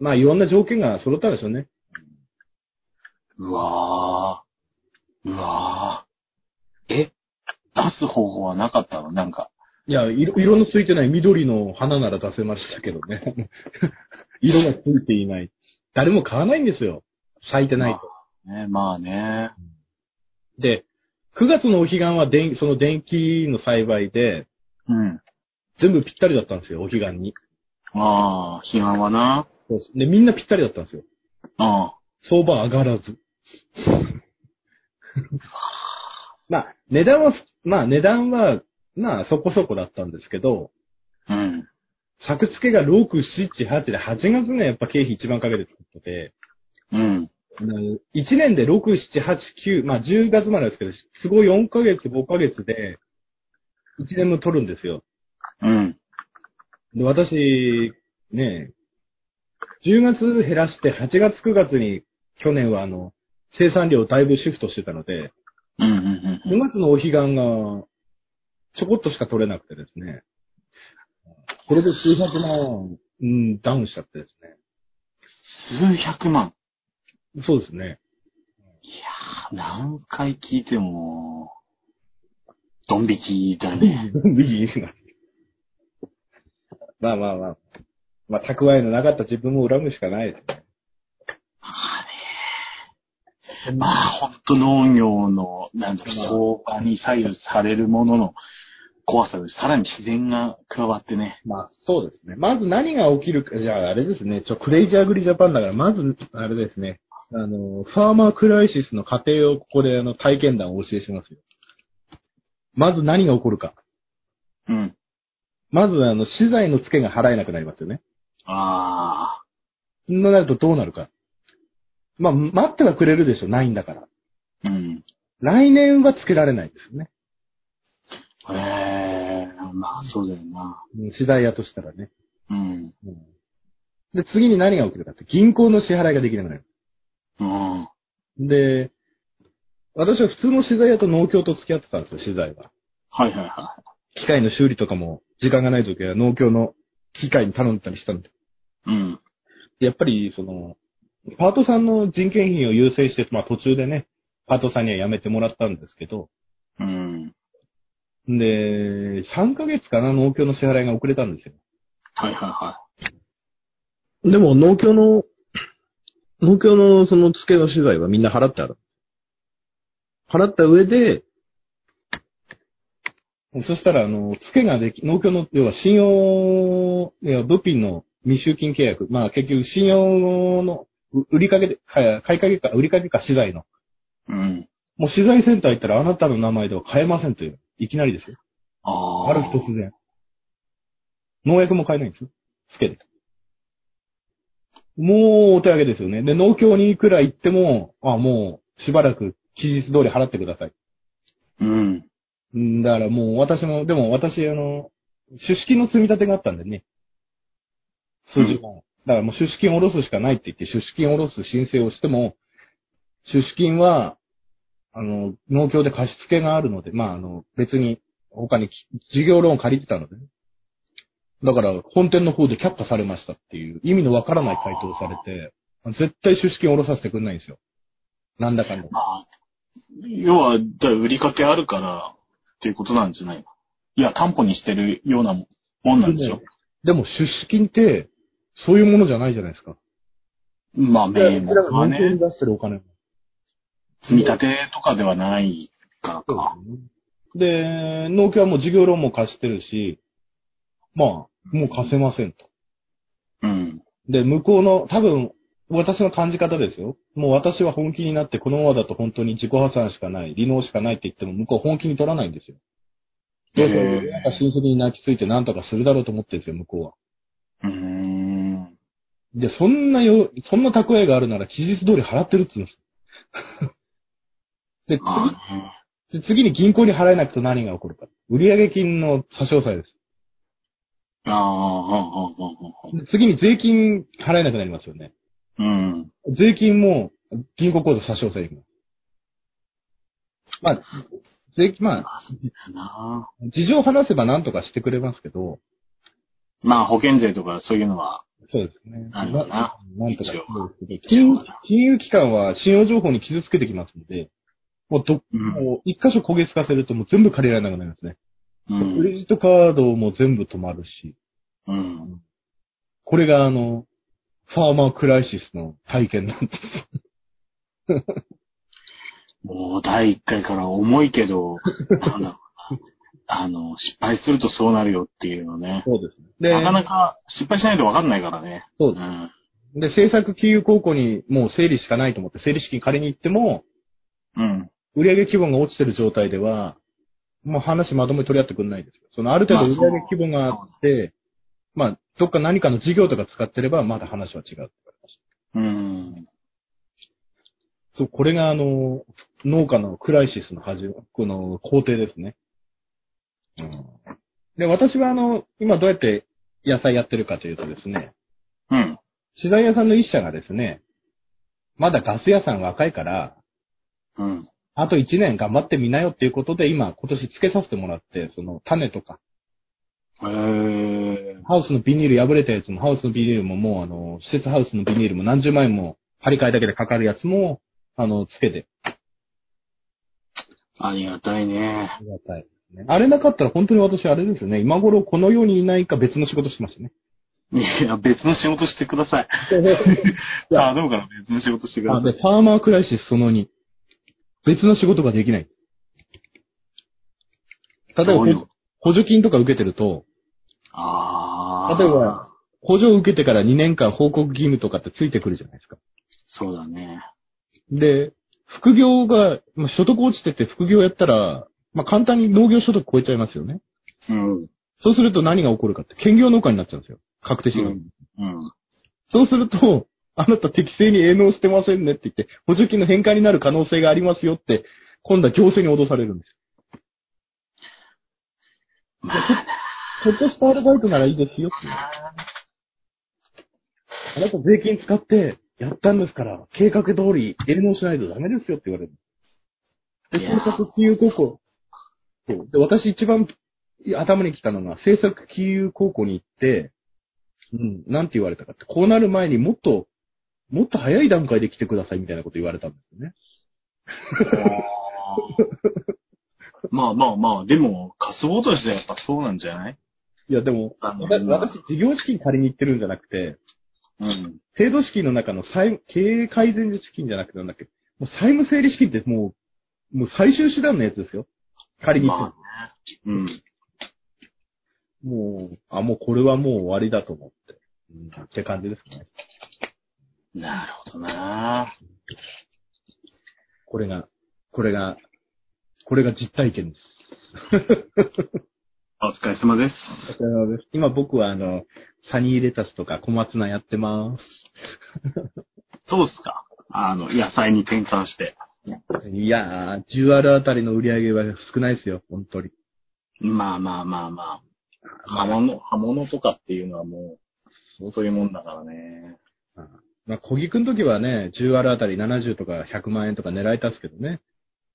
まあいろんな条件が揃ったんでしょうね。
うわー。うわー。え出す方法はなかったのなんか。
いや、色色のついてない緑の花なら出せましたけどね。 色がついていない。誰も買わないんですよ。咲いてないと。
ね、まあね。
で、 9月のお彼岸は電、その電気の栽培で、
うん。
全部ぴったりだったんですよ、お彼岸に。
ああ、批判はな。
そうです。で、みんなぴったりだったんですよ。
あ
相場上がらず。 まあ、値段は、まあ、値段は、まあ、そこそこだったんですけど、
あ。うん。
作付けが6、7、8で、8月ね、やっぱ経費一番かけて作ってて、
うん。
1年で6、7、8、9、まあ10月までですけど、すごい4ヶ月、5ヶ月で、1年も取るんですよ。
うん。
で、私、ね、10月減らして8月9月に去年はあの、生産量をだいぶシフトしてたので、
うん。うん。
9月のお彼岸がちょこっとしか取れなくてですね、これで数百万、うん、ダウンしちゃってです
数百万。
ね。そうですね。
何回聞いても、ドン引きだね。
まあまあまあ。まあ、蓄えのなかった自分を恨むしかないですね。
まあ、ほんと農業の、なんだろう、相場に左右されるものの怖さで、さらに自然が加わってね。
まあ、そうですね。まず何が起きるか、じゃああれですね、ちょ、クレイジーアグリジャパンだから、まず、あれですね、あの、ファーマークライシスの過程をここであの、体験談をお教えしますよ。まず何が起こるか。
うん。
まずあの、資材の付けが払えなくなりますよね。
あ
となるとどうなるか。まあ、待ってはくれるでしょ、ないんだから。
あ。うん。
来年は付けられないですよね。
ええまあそうだよな。
うん資材屋としたらね。
うん。
で、次に何が起きるかって、銀行の支払いができなくなる。
うん。
で、私は普通の資材屋と農協と付き合ってたんですよ、資材は。
はいはいは
機械の修理とかも、時間がない時は農協の機械に頼んだりしたんで。
い。うん。
やっぱり、その、パートさんの人件費を優先して、まあ途中でね、パートさんには辞めてもらったんですけど、
うん。
で、3ヶ月かな、農協の支払いが遅れたんですよ。
はいはいは
でも農協の、農協のその付けの資材はみんな払ってある。払った上で、そしたら、あの、付けができ、農協の、要は信用、いや、物品の未集金契約。まあ結局信用のう売りかけで、か買いかけか、売りかけか資材の。
い。うん。
もう資材センター行ったらあなたの名前では買えませんという。いきなりですよ。
ああ。
ある日突然。農薬も買えないんですよ。つけて。もうお手上げですよね。で、農協にいくら行っても、あ、もうしばらく期日通り払ってください。
うん。
んだからもう私も、でも私、あの、出資金の積み立てがあったんでね。数十万。だからもう出資金を下ろすしかないって言って、出資金を下ろす申請をしても、出資金は、あの、農協で貸し付けがあるので、まあ、あの、別に、他にき事業ローン借りてたので、ね、だから、本店の方で却下されましたっていう、意味のわからない回答をされて、絶対出資金を下ろさせてくれないんですよ。なんだかんだ。
まあ、要は、だから売りかけあるから、っていうことなんじゃないのいや、担保にしてるようなもんなんですよ。
でも、出資金って、そういうものじゃないじゃないですか。
まあ、名目は
年金
ね、
出してるお金も。
積み立てとかではないからか。
で、農協はもう事業ローンも貸してるし、まあ、もう貸せませんと。
うん。
で、向こうの、多分、私の感じ方ですよ。もう私は本気になって、このままだと本当に自己破産しかない、離農しかないって言っても、向こうは本気に取らないんですよ。
へ
で、
ー
それなんか親戚に泣きついて何とかするだろうと思ってるんですよ、向こうは。
うーん。
で、そんなよ、そんな蓄えがあるなら期日通り払ってるっつうんです。 で、次
まあね。
で、次に銀行に払えなくて何が起こるか。売上金の差し押さえです。
ああ、はんはんはんはん
で次に税金払えなくなりますよね。
はん。うん。
税金も銀行口座差し押さえできます。まあ、税金、まあ、
まあ、そうだよな。
事情を話せば何とかしてくれますけど、
まあ、保険税とかそういうのは、
そうですね。
なるほどな
なんとか
一応は
金融金融機関は信用情報に傷つけてきますので、もうど、
うん。
もう一箇所焦げつかせるともう全部借りられなくなりますね。
う
ク
ん。
レジットカードも全部止まるし、
うん。
これがあの、ファーマークライシスの体験なんです。
もう第1回から重いけ ど、なんだろうな。あの、失敗するとそうなるよっていうのね。
そうですね。で、
なかなか失敗しないとわかんないからね。
そう
う
で
ん。
す。で、政策金融高校にもう整理しかないと思って、整理資金借りに行っても、
うん。
売上規模が落ちてる状態では、もう話まともに取り合ってくれないんですよ。そのある程度
まあそう
売上規模があって、まあ、どっか何かの事業とか使ってれば、まだ話は違うって言われまし
うん。
た。そう、これがあの、農家のクライシスの始まこの工程ですね。うん。で、私はあの、今どうやって野菜やってるかというとですね、
うん。
資材屋さんの一社がですね、まだガス屋さん若いから、
うん。
あと1年頑張ってみなよっていうことで、今、今年つけさせてもらって、その種とか、
へえ
ハウスのビニール破れたやつも、ハウスのビニールももう、あの、施設ハウスのビニールも何十万円も、張り替えだけでかかるやつも、あの、つけて、
ありがたいね。
ありがたいですね。あれなかったら本当に私あれですよね。今頃この世にいないか別の仕事して ましたね。
いや、別の仕事してください。
や
さあ、どうから別の仕事してくだ
あ
さ
で、
い。
ファーマークライシスその2。別の仕事ができない。例えば
どういう、
補助金とか受けてると、
ああ。
例えば。補助を受けてから2年間報告義務とかってついてくるじゃないですか。
そうだね。
で、副業が、まあ、所得落ちてて副業やったら、まあ、簡単に農業所得超えちゃいますよね。
うん。
そうすると何が起こるかって、兼業農家になっちゃうんですよ。確定
う
申告。
ん。うん。
そうすると、あなた適正に営農してませんねって言って、補助金の返還になる可能性がありますよって、今度は行政に脅されるんです
まあ
よ。ちょっとしたアルバイトならいいですよっていう。あなた税金使ってやったんですから、計画通り営農しないとダメですよって言われる。で、
いやー
政策金融高校。そうで、私一番頭に来たのが、政策金融高校に行って、うん、なんて言われたかって、こうなる前にもっと、もっと早い段階で来てくださいみたいなこと言われたんですよね。
まあまあまあ、でも、稼ごうとしてはやっぱそうなんじゃない
いや、でも、
あの
わ私、事業資金借りに行ってるんじゃなくて、
うん。
制度資金の中の債経営改善資金じゃなくて、なんだっけ、もう債務整理資金ってもう、もう最終手段のやつですよ。借りに行っても
まあね。うん。
もう、あ、もうこれはもう終わりだと思って。うん、って感じですね。
なるほどな。
これが、これが、これが実体験です。
お疲れ様です。
今僕はあの、サニーレタスとか小松菜やってます。
どうですかあの、野菜に転換して。
いやー、10あるあたりの売り上げは少ないですよ、本当に。
まあまあまあまあ。刃物、刃物とかっていうのはもう、そういうもんだからね。
まあ、小木くん時はね、10あるあたり70とか100万円とか狙えたっすけどね。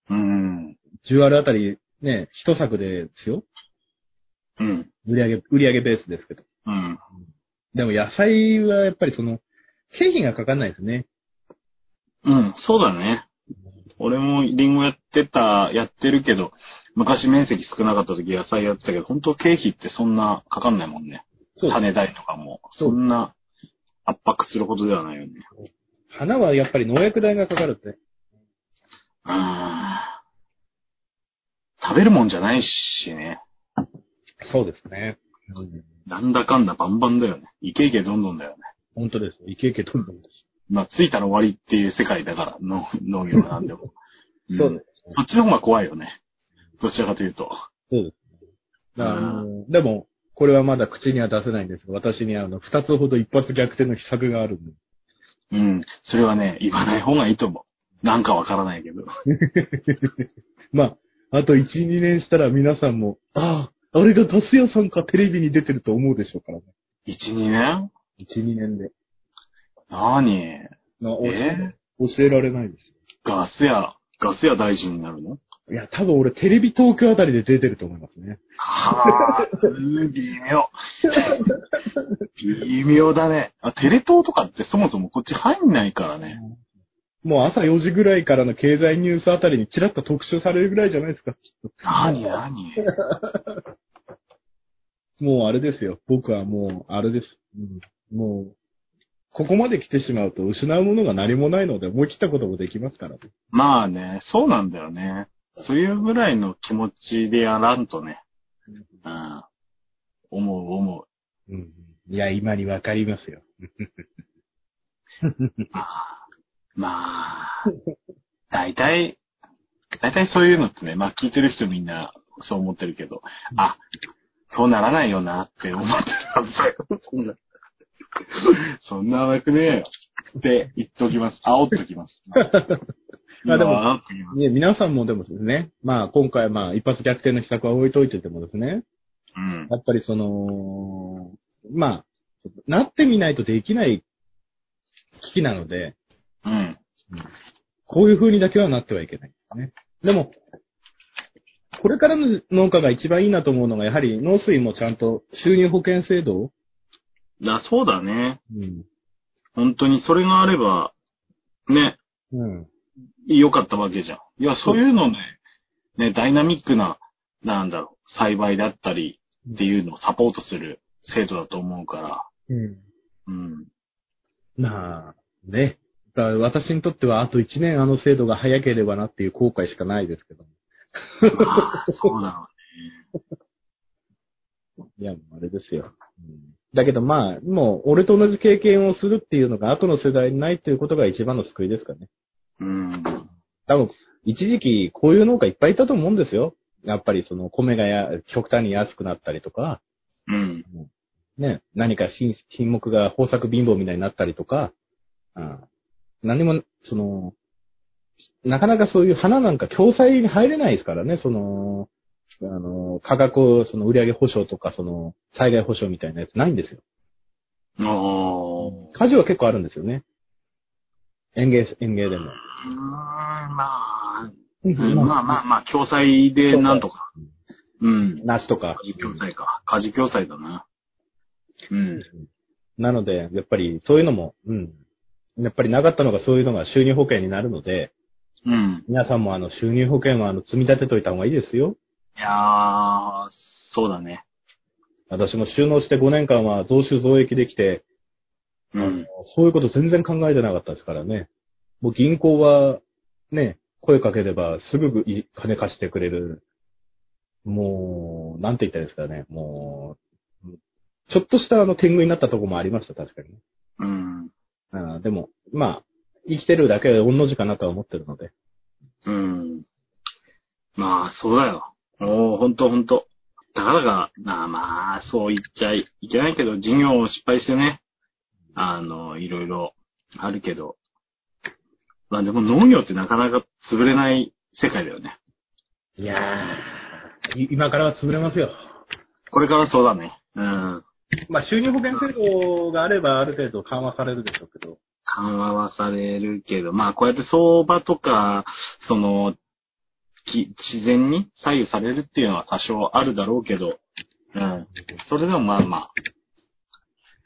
うん。
10あるあたり、ね、一作でですよ。
うん。
売り上げ、売り上げベースですけど。
うん。
でも野菜はやっぱりその、経費がかかんないですね。
うん、そうだね。俺もリンゴやってた、やってるけど、昔面積少なかった時野菜やってたけど、本当経費ってそんなかかんないもんね。
そうです
種代とかも。
そう
そんな圧迫するほどではないよね。
花はやっぱり農薬代がかかるって。
あー食べるもんじゃないしね。
そうですね。
なんだかんだバンバンだよね。イケイケどんどんだよね。
本当です。イケイケどんどんです。
まあ、ついたら終わりっていう世界だから、の農業なんでも。ん
そうです。
そっちの方が怖いよね。どちらかというと。
そうです。だからあのでも、これはまだ口には出せないんですが、私にはあの、二つほど一発逆転の秘策があるんで。
うん。それはね、言わない方がいいと思う。なんかわからないけど。
まあ、あと1、2年したら皆さんも、ああ、あれがガス屋さんかテレビに出てると思うでしょうからね。
1、2年
1、2年で。
何
な教え
え
教えられないですよ。
ガス屋、ガス屋大臣になるの
いや、多分俺テレビ東京あたりで出てると思いますね。
はぁ、うん微妙。微妙だね。あ、テレ東とかってそもそもこっち入んないからね。
もう朝4時ぐらいからの経済ニュースあたりにちらっと特集されるぐらいじゃないですか。
何何
もうあれですよ。僕はもう、あれです。うんもう、ここまで来てしまうと失うものが何もないので思い切ったこともできますからね。
まあね、そうなんだよね。そういうぐらいの気持ちでやらんとね。うん。思う思う。
うん。いや、今にわかりますよ。
まあ、まあ、大体、大体そういうのってね、まあ聞いてる人みんなそう思ってるけど、あ、そうならないよなって思ってるはずだよ。 そんな、そんな甘くねえよ。って言っておきます。煽っときます。
まあで
今
も
は煽っときます。
ね、皆さんもでもですね、まあ今回まあ一発逆転の企画は置いといててもですね、
うん。
やっぱりその、まあ、なってみないとできない危機なので、
うん。
こういう風にだけはなってはいけないですね。でも、これからの農家が一番いいなと思うのが、やはり農水もちゃんと収入保険制度を、
だ、そうだね。
うん。
本当にそれがあれば、ね、
うん。
良かったわけじゃん。いや、そういうのね、ね、ダイナミックな、なんだろう、栽培だったりっていうのをサポートする制度だと思うから、
うん。
うん。
まあ、ね。だから私にとってはあと1年あの制度が早ければなっていう後悔しかないですけど。
まあ、そうだろ
いや、もうあれですよ。うんだけどまあ、もう俺と同じ経験をするっていうのが後の世代にないっていうことが一番の救いですかね。
う。うん。
多分、一時期こういう農家いっぱいいたと思うんですよ。やっぱりその米がや極端に安くなったりとか、
うん。
ね、何か品品目が豊作貧乏みたいになったりとか、うん、何も、その、なかなかそういう花なんか共済に入れないですからね、その、あの、価格を、その売上保証とか、その、災害保証みたいなやつないんですよ。
ああ。
果樹は結構あるんですよね。園芸、園芸
うー
でも。
ん、まあ、
う
うんまあまあまあ、共済でなんとか。うん。
梨とか
家。事共済か。家事共済だな。うん。
なので、やっぱりそういうのも、うん。やっぱりなかったのがそういうのが収入保険になるので、
うん。
皆さんもあの収入保険はあの積み立てといた方がいいですよ。
いやー、そうだね。
私も収納して5年間は増収増益できて、
うん。
そういうこと全然考えてなかったですからね。もう銀行は、ね、声かければすぐい金貸してくれる。もう、なんて言ったらいいですかね。もう、ちょっとしたあの天狗になったとこもありました、確かに。
うん。
あーでも、まあ、生きてるだけで御の字かなとは思ってるので。
うん。まあ、そうだよ。もう、ほんとほんと。だからが、なあまあ、そう言っちゃいけないけど、事業を失敗してね、あの、いろいろあるけど。まあでも農業ってなかなか潰れない世界だよね。
いやー、い今からは潰れますよ。
これからそうだね。うん。
まあ、収入保険制度があればある程度緩和されるでしょうけど。
緩和はされるけど、まあこうやって相場とか、その、き自然に左右されるっていうのは多少あるだろうけど、うん。それでもまあまあ。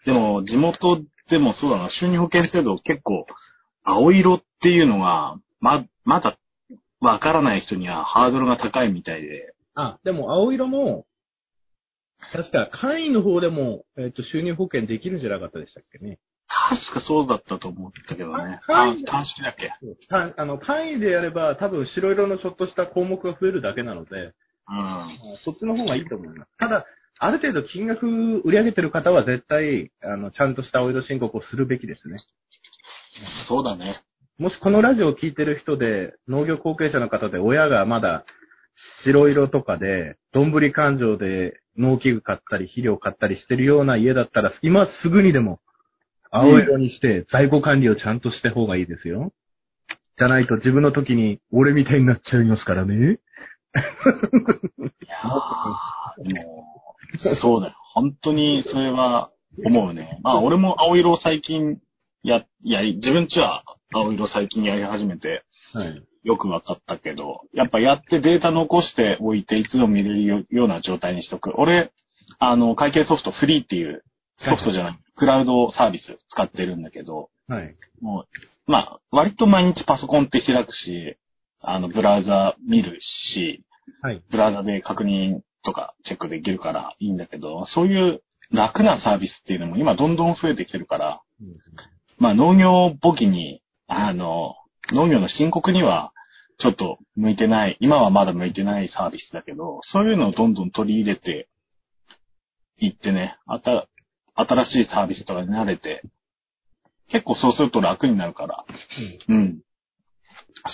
でも地元でもそうだな、収入保険制度結構、青色っていうのが、ま、まだわからない人にはハードルが高いみたいで、
あ、でも青色も、確か簡易の方でも、えっ、と、収入保険できるんじゃなかったでしたっけね。
確かそうだったと思ったけどね。
は
単
い
単式だっけ
単あの簡易でやれば、多分白色のちょっとした項目が増えるだけなので、
うん。
そっちの方がいいと思います。ただ、ある程度金額売り上げてる方は絶対、あの、ちゃんとした青色申告をするべきですね。
そうだね。
もしこのラジオを聞いてる人で、農業後継者の方で親がまだ白色とかで、どんぶり勘定で農機具買ったり肥料買ったりしてるような家だったら、今すぐにでも青色にして在庫管理をちゃんとした方がいいですよ。じゃないと自分の時に俺みたいになっちゃいますからね。
いやーで も、そうだよ。本当にそれは思うね。まあ俺も青色を最近や、やり、自分ちは青色最近やり始めて
はい。
よく分かったけど、やっぱやってデータ残しておいていつでも見れるよような状態にしとく。俺、あの、会計ソフトフリーっていうソフトじゃない、クラウドサービス使ってるんだけど、
はい。
もう、まあ、割と毎日パソコンって開くし、あの、ブラウザ見るし、
はい。
ブラウザで確認とかチェックできるからいいんだけど、そういう楽なサービスっていうのも今どんどん増えてきてるから、まあ農業を簿記に、あの、農業の申告には、ちょっと向いてない、今はまだ向いてないサービスだけど、そういうのをどんどん取り入れていってね、あた、新しいサービスとかに慣れて、結構そうすると楽になるから、うん。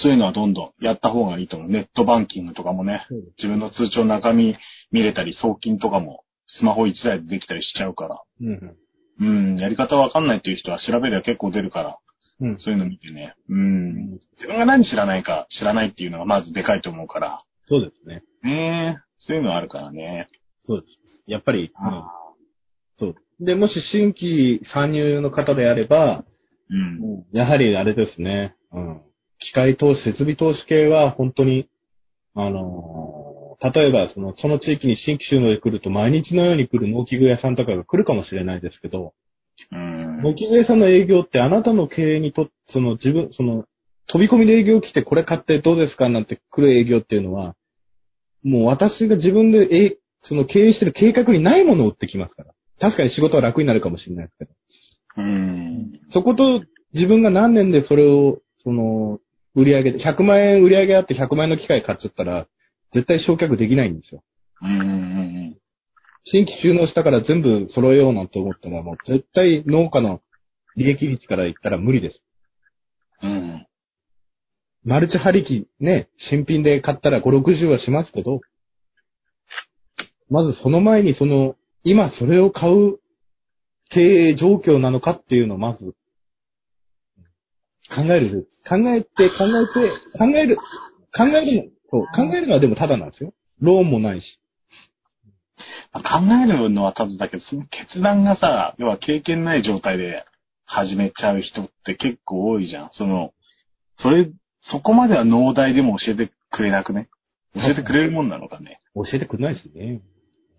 そういうのはどんどんやった方がいいと思う。ネットバンキングとかもね、
そうです
自分の通帳の中身見れたり、送金とかもスマホ1台でできたりしちゃうから、
うん。
うん、やり方わかんないっていう人は調べりゃ結構出るから、
うん。
そういうの見てね、うん、自分が何知らないか知らないっていうのがまずでかいと思うから、
そうですね。
ねえ、そういうのあるからね。
そうです。やっぱり、
あ
うんそう。で、もし新規参入の方であれば、
うん。
やはりあれですね、うん。機械投資、設備投資系は本当に、あのー例えばその、その地域に新規収納で来ると毎日のように来る農機具屋さんとかが来るかもしれないですけど、
うん。
農機具屋さんの営業ってあなたの経営にとっその自分、その、飛び込みで営業来てこれ買ってどうですかなんて来る営業っていうのは、もう私が自分で、え、その経営してる計画にないものを売ってきますから。確かに仕事は楽になるかもしれないですけど。
うん。
そこと自分が何年でそれを、その、売り上げで、100万円売り上げあって100万円の機械買っちゃったら、絶対焼却できないんですよ。
うん。
新規収納したから全部揃えようなんて思ったら、もう絶対農家の利益率から言ったら無理です。
うん。
マルチ張り機ね、新品で買ったら5、60はしますけど、まずその前にその、今それを買う経営状況なのかっていうのをまず、考える。考えて、考えて、考える、考えるの、そう、考えるのはでもただなんですよ。ローンもないし。
まあ考えるのはただだけど、その決断がさ、要は経験ない状態で始めちゃう人って結構多いじゃん。その、それ、そこまでは農大でも教えてくれなくね。教えてくれるもんなのかね。
教えてくれないしね。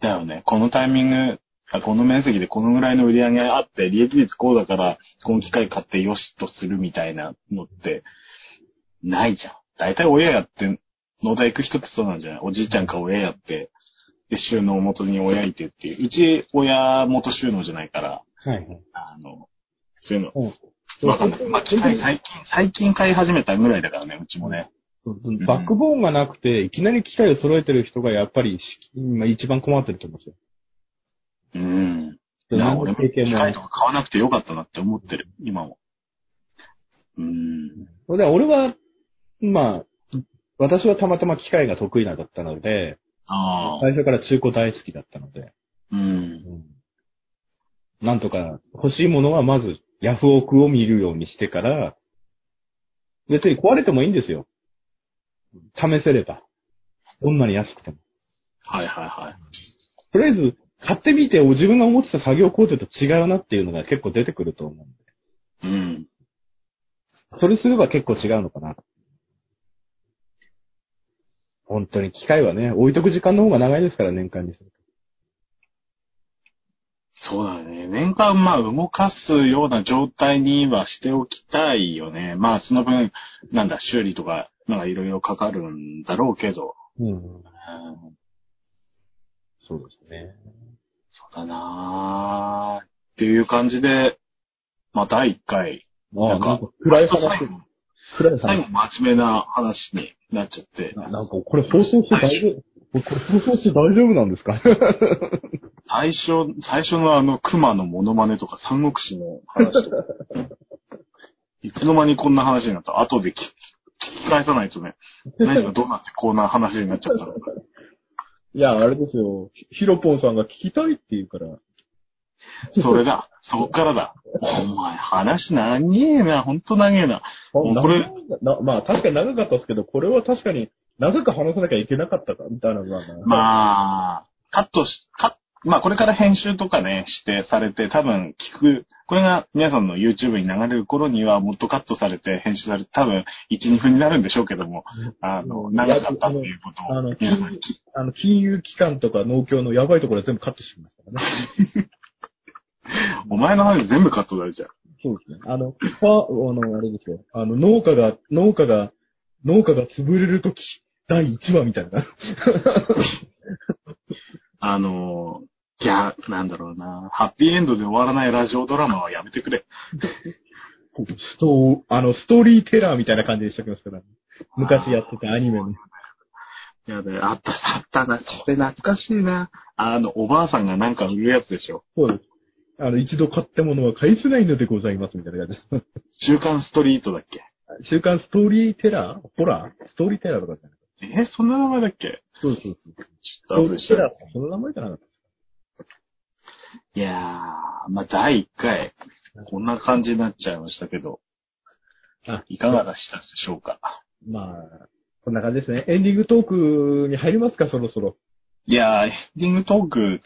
だよね。このタイミング、あこの面積でこのぐらいの売り上げがあって、利益率こうだから、この機械買ってよしとするみたいなのって、ないじゃん。大体親やって、農大行く人ってそうなんじゃないおじいちゃんか親やって、で、収納元に親いてっていう。うち、親元収納じゃないから、
はいはい。
あの、そういう
うん
の、わかんない。まあ、機械最近、最近買い始めたぐらいだからね、うちもね。
そうバックボーンがなくて、いきなり機械を揃えてる人がやっぱりし今一番困ってると思うんですよ。
うん。いや、
何
俺
の
も
経
機
験もな
械
い
とか買わなくてよかったなって思ってる、今も。うん。
それで俺は、まあ、私はたまたま機械が得意なだったので、
ああ。
最初から中古大好きだったので、
うん。
なんとか欲しいものはまずヤフオクを見るようにしてから、別に壊れてもいいんですよ。試せれば。どんなに安くても。
はいはいはい。
とりあえず、買ってみて自分が思ってた作業工程と違うなっていうのが結構出てくると思うんで。
うん。
それすれば結構違うのかな。本当に機械はね、置いとく時間の方が長いですから、年間にすると。
そうだね。年間まあ動かすような状態にはしておきたいよね。まあその分、なんだ、修理とか、なんかいろいろかかるんだろうけど。
うん。
うん、
そうですね。
そうだなーっていう感じで、まあ第1回。
あ
な
あ、
んか
なんか暗い
最
話
後、、
暗い
最
話。
後真面目な話になっちゃって。
ななんか、これ放送して大丈夫、これ放送して大丈夫なんですか
最初、最初のあの、熊のモノマネとか三国志の話とか。いつの間にこんな話になった後で聞き聞き返さないとね、何がどうなってこんな話になっちゃったのか。
いや、あれですよ。ひヒロポンさんが聞きたいって言うから。
それだ、そこからだ。お前話長えな、ほんと長えな。もうこれ
長いなまあ確かに長かったですけど、これは確かに長く話さなきゃいけなかったか、みたいなのが。
まあ、カットし、カッまあこれから編集とかね、してされて、多分聞く、これが皆さんの YouTube に流れる頃にはもっとカットされて、編集されて、多分1、2分になるんでしょうけども、あの、長かったっていうこと
あ
を
の、金
皆さん
融、あの、金融機関とか農協のやばいところは全部カットしてきましたからね。
お前の話全部カットだれちゃう。
そうですね。あの、ファあの、あれですよ。あの、農家が、農家が、農家が潰れるとき、第1話みたいな。
あの、いや、なんだろうな。ハッピーエンドで終わらないラジオドラマはやめてくれ。
ストーン、あの、ストーリーテラーみたいな感じにしておきますから。昔やってたアニメの。
やべえ、あった、あったな。それ懐かしいな。あの、おばあさんがなんか売るやつでしょ。
そうです。あの、一度買ったものは返せないのでございます、みたいな感じで
週刊ストリートだっけ
す。週刊ストーリーテラーホラーストーリーテラーとかじゃない
え、そんな名前だっけ
そうそうそう。
ち
ス
ょ
ト
っと
ー
後で
リ
調
ーテ
べ
ラー
て
ってその名前じゃなかったです
いやー、まあ、第1回、こんな感じになっちゃいましたけど、
かあ、
いかがでしたでしょうか。
まあ、こんな感じですね。エンディングトークに入りますか、そろそろ。
いやー、エンディングトークっ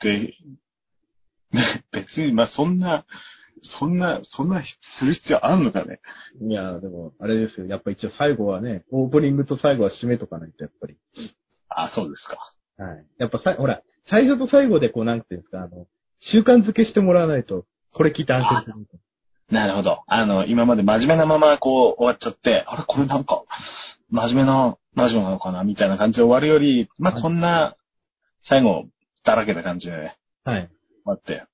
て、 ね別に、まあ、そんな、そんな、そんなする必要あるのかね。
いや、でも、あれですよ。やっぱ一応最後はね、オープニングと最後は締めとかないと、やっぱり。
あ、そうですか。
はい。やっぱさ、ほら、最初と最後でこう、なんていうんですか、あの、習慣づけしてもらわないと、これ聞いて安心するみたい
なるほど。あの、今まで真面目なままこう終わっちゃって、あれこれなんか、真面目なラジオなのかなみたいな感じで終わるより、まあ、こんな、最後、だらけた感じでね、
な。はい。
終わって。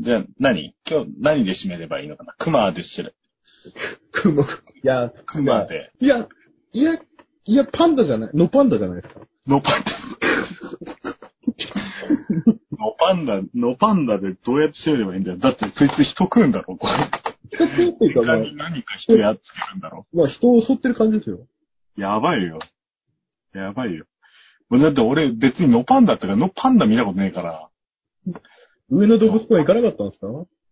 じゃあ何、今日何で締めればいいのかな熊で締める。
く も、いや、
熊で。
いや、いや、いや、パンダじゃない、ノパンダじゃないですか。
ノパンダ。ノパンダ、ノパンダでどうやって締めればいいんだよ。だってそいつ人食うんだろ、これ。
人食うっていうか、まあ
他に何か人やっつけるんだろ。
まあ、人を襲ってる感じですよ。
やばいよ。やばいよ。もうだって俺別にノパンダってか、ノパンダ見たことねえから。
上野動物公園行かなかったんですか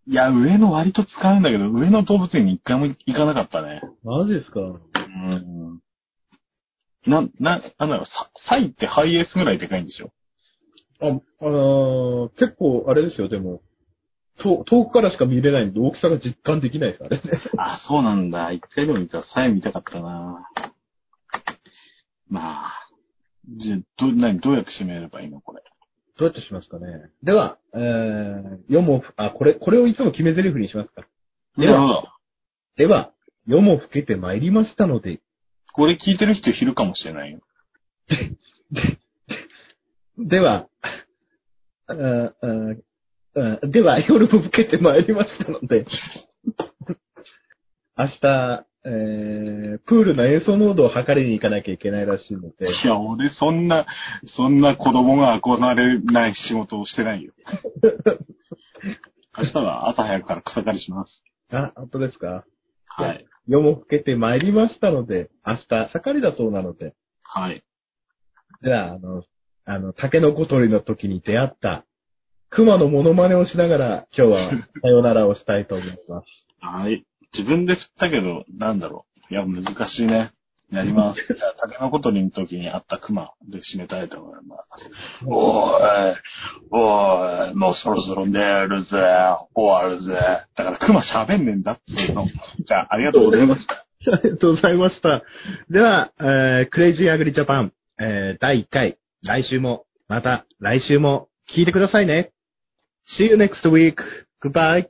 いや、上の割と使うんだけど、上の動物園に一回も行かなかったね。
マジですか
うん。な、な、なんだろう、ササイってハイエースぐらいでかいんでしょ
あ、あのー結構、あれですよ、でも、と遠くからしか見れないんで、大きさが実感できないです、あれね。
あ、そうなんだ。一回でも見たら、さえ見たかったな。まあ、
じゃあ、ど、何、どうやって締めればいいのこれ。
どうやってしますかね。では、えー、よもふ、あ、これ、これをいつも決め台詞にしますか。で
なるほ
は、
ど。
では、夜も更けてまいりましたので、
これ聞いてる人いるかもしれないよ。
では、あーあーでは、夜も更けてまいりましたので、明日、えー、プールの演奏濃度を測りに行かなきゃいけないらしいので、
いや、俺そんな、そんな子供が憧れない仕事をして ないよ。明日は朝早くから草刈りします。
あ、本当ですか
はい。
夜も更けてまいりましたので、明日、盛りだそうなので、
はい。
じゃあ、あの、あの、タケノコ取りの時に出会った、熊のモノマネをしながら、今日 は、さよならをしたいと思います。
はい。自分で振ったけど、なんだろう。いや、難しいね。やります。じゃあ、竹のことりの時にあった熊で締めたいと思います。おーい、おーい、もうそろそろ寝るぜ、終わるぜ。だから熊喋んねえんだっていうの。じゃあ、ありがとうございました。
ありがとうございました。では、えークレイジーアグリジャパン、えー第1回、来週も、また来週も聞いてくださいね。See you next week. Goodbye.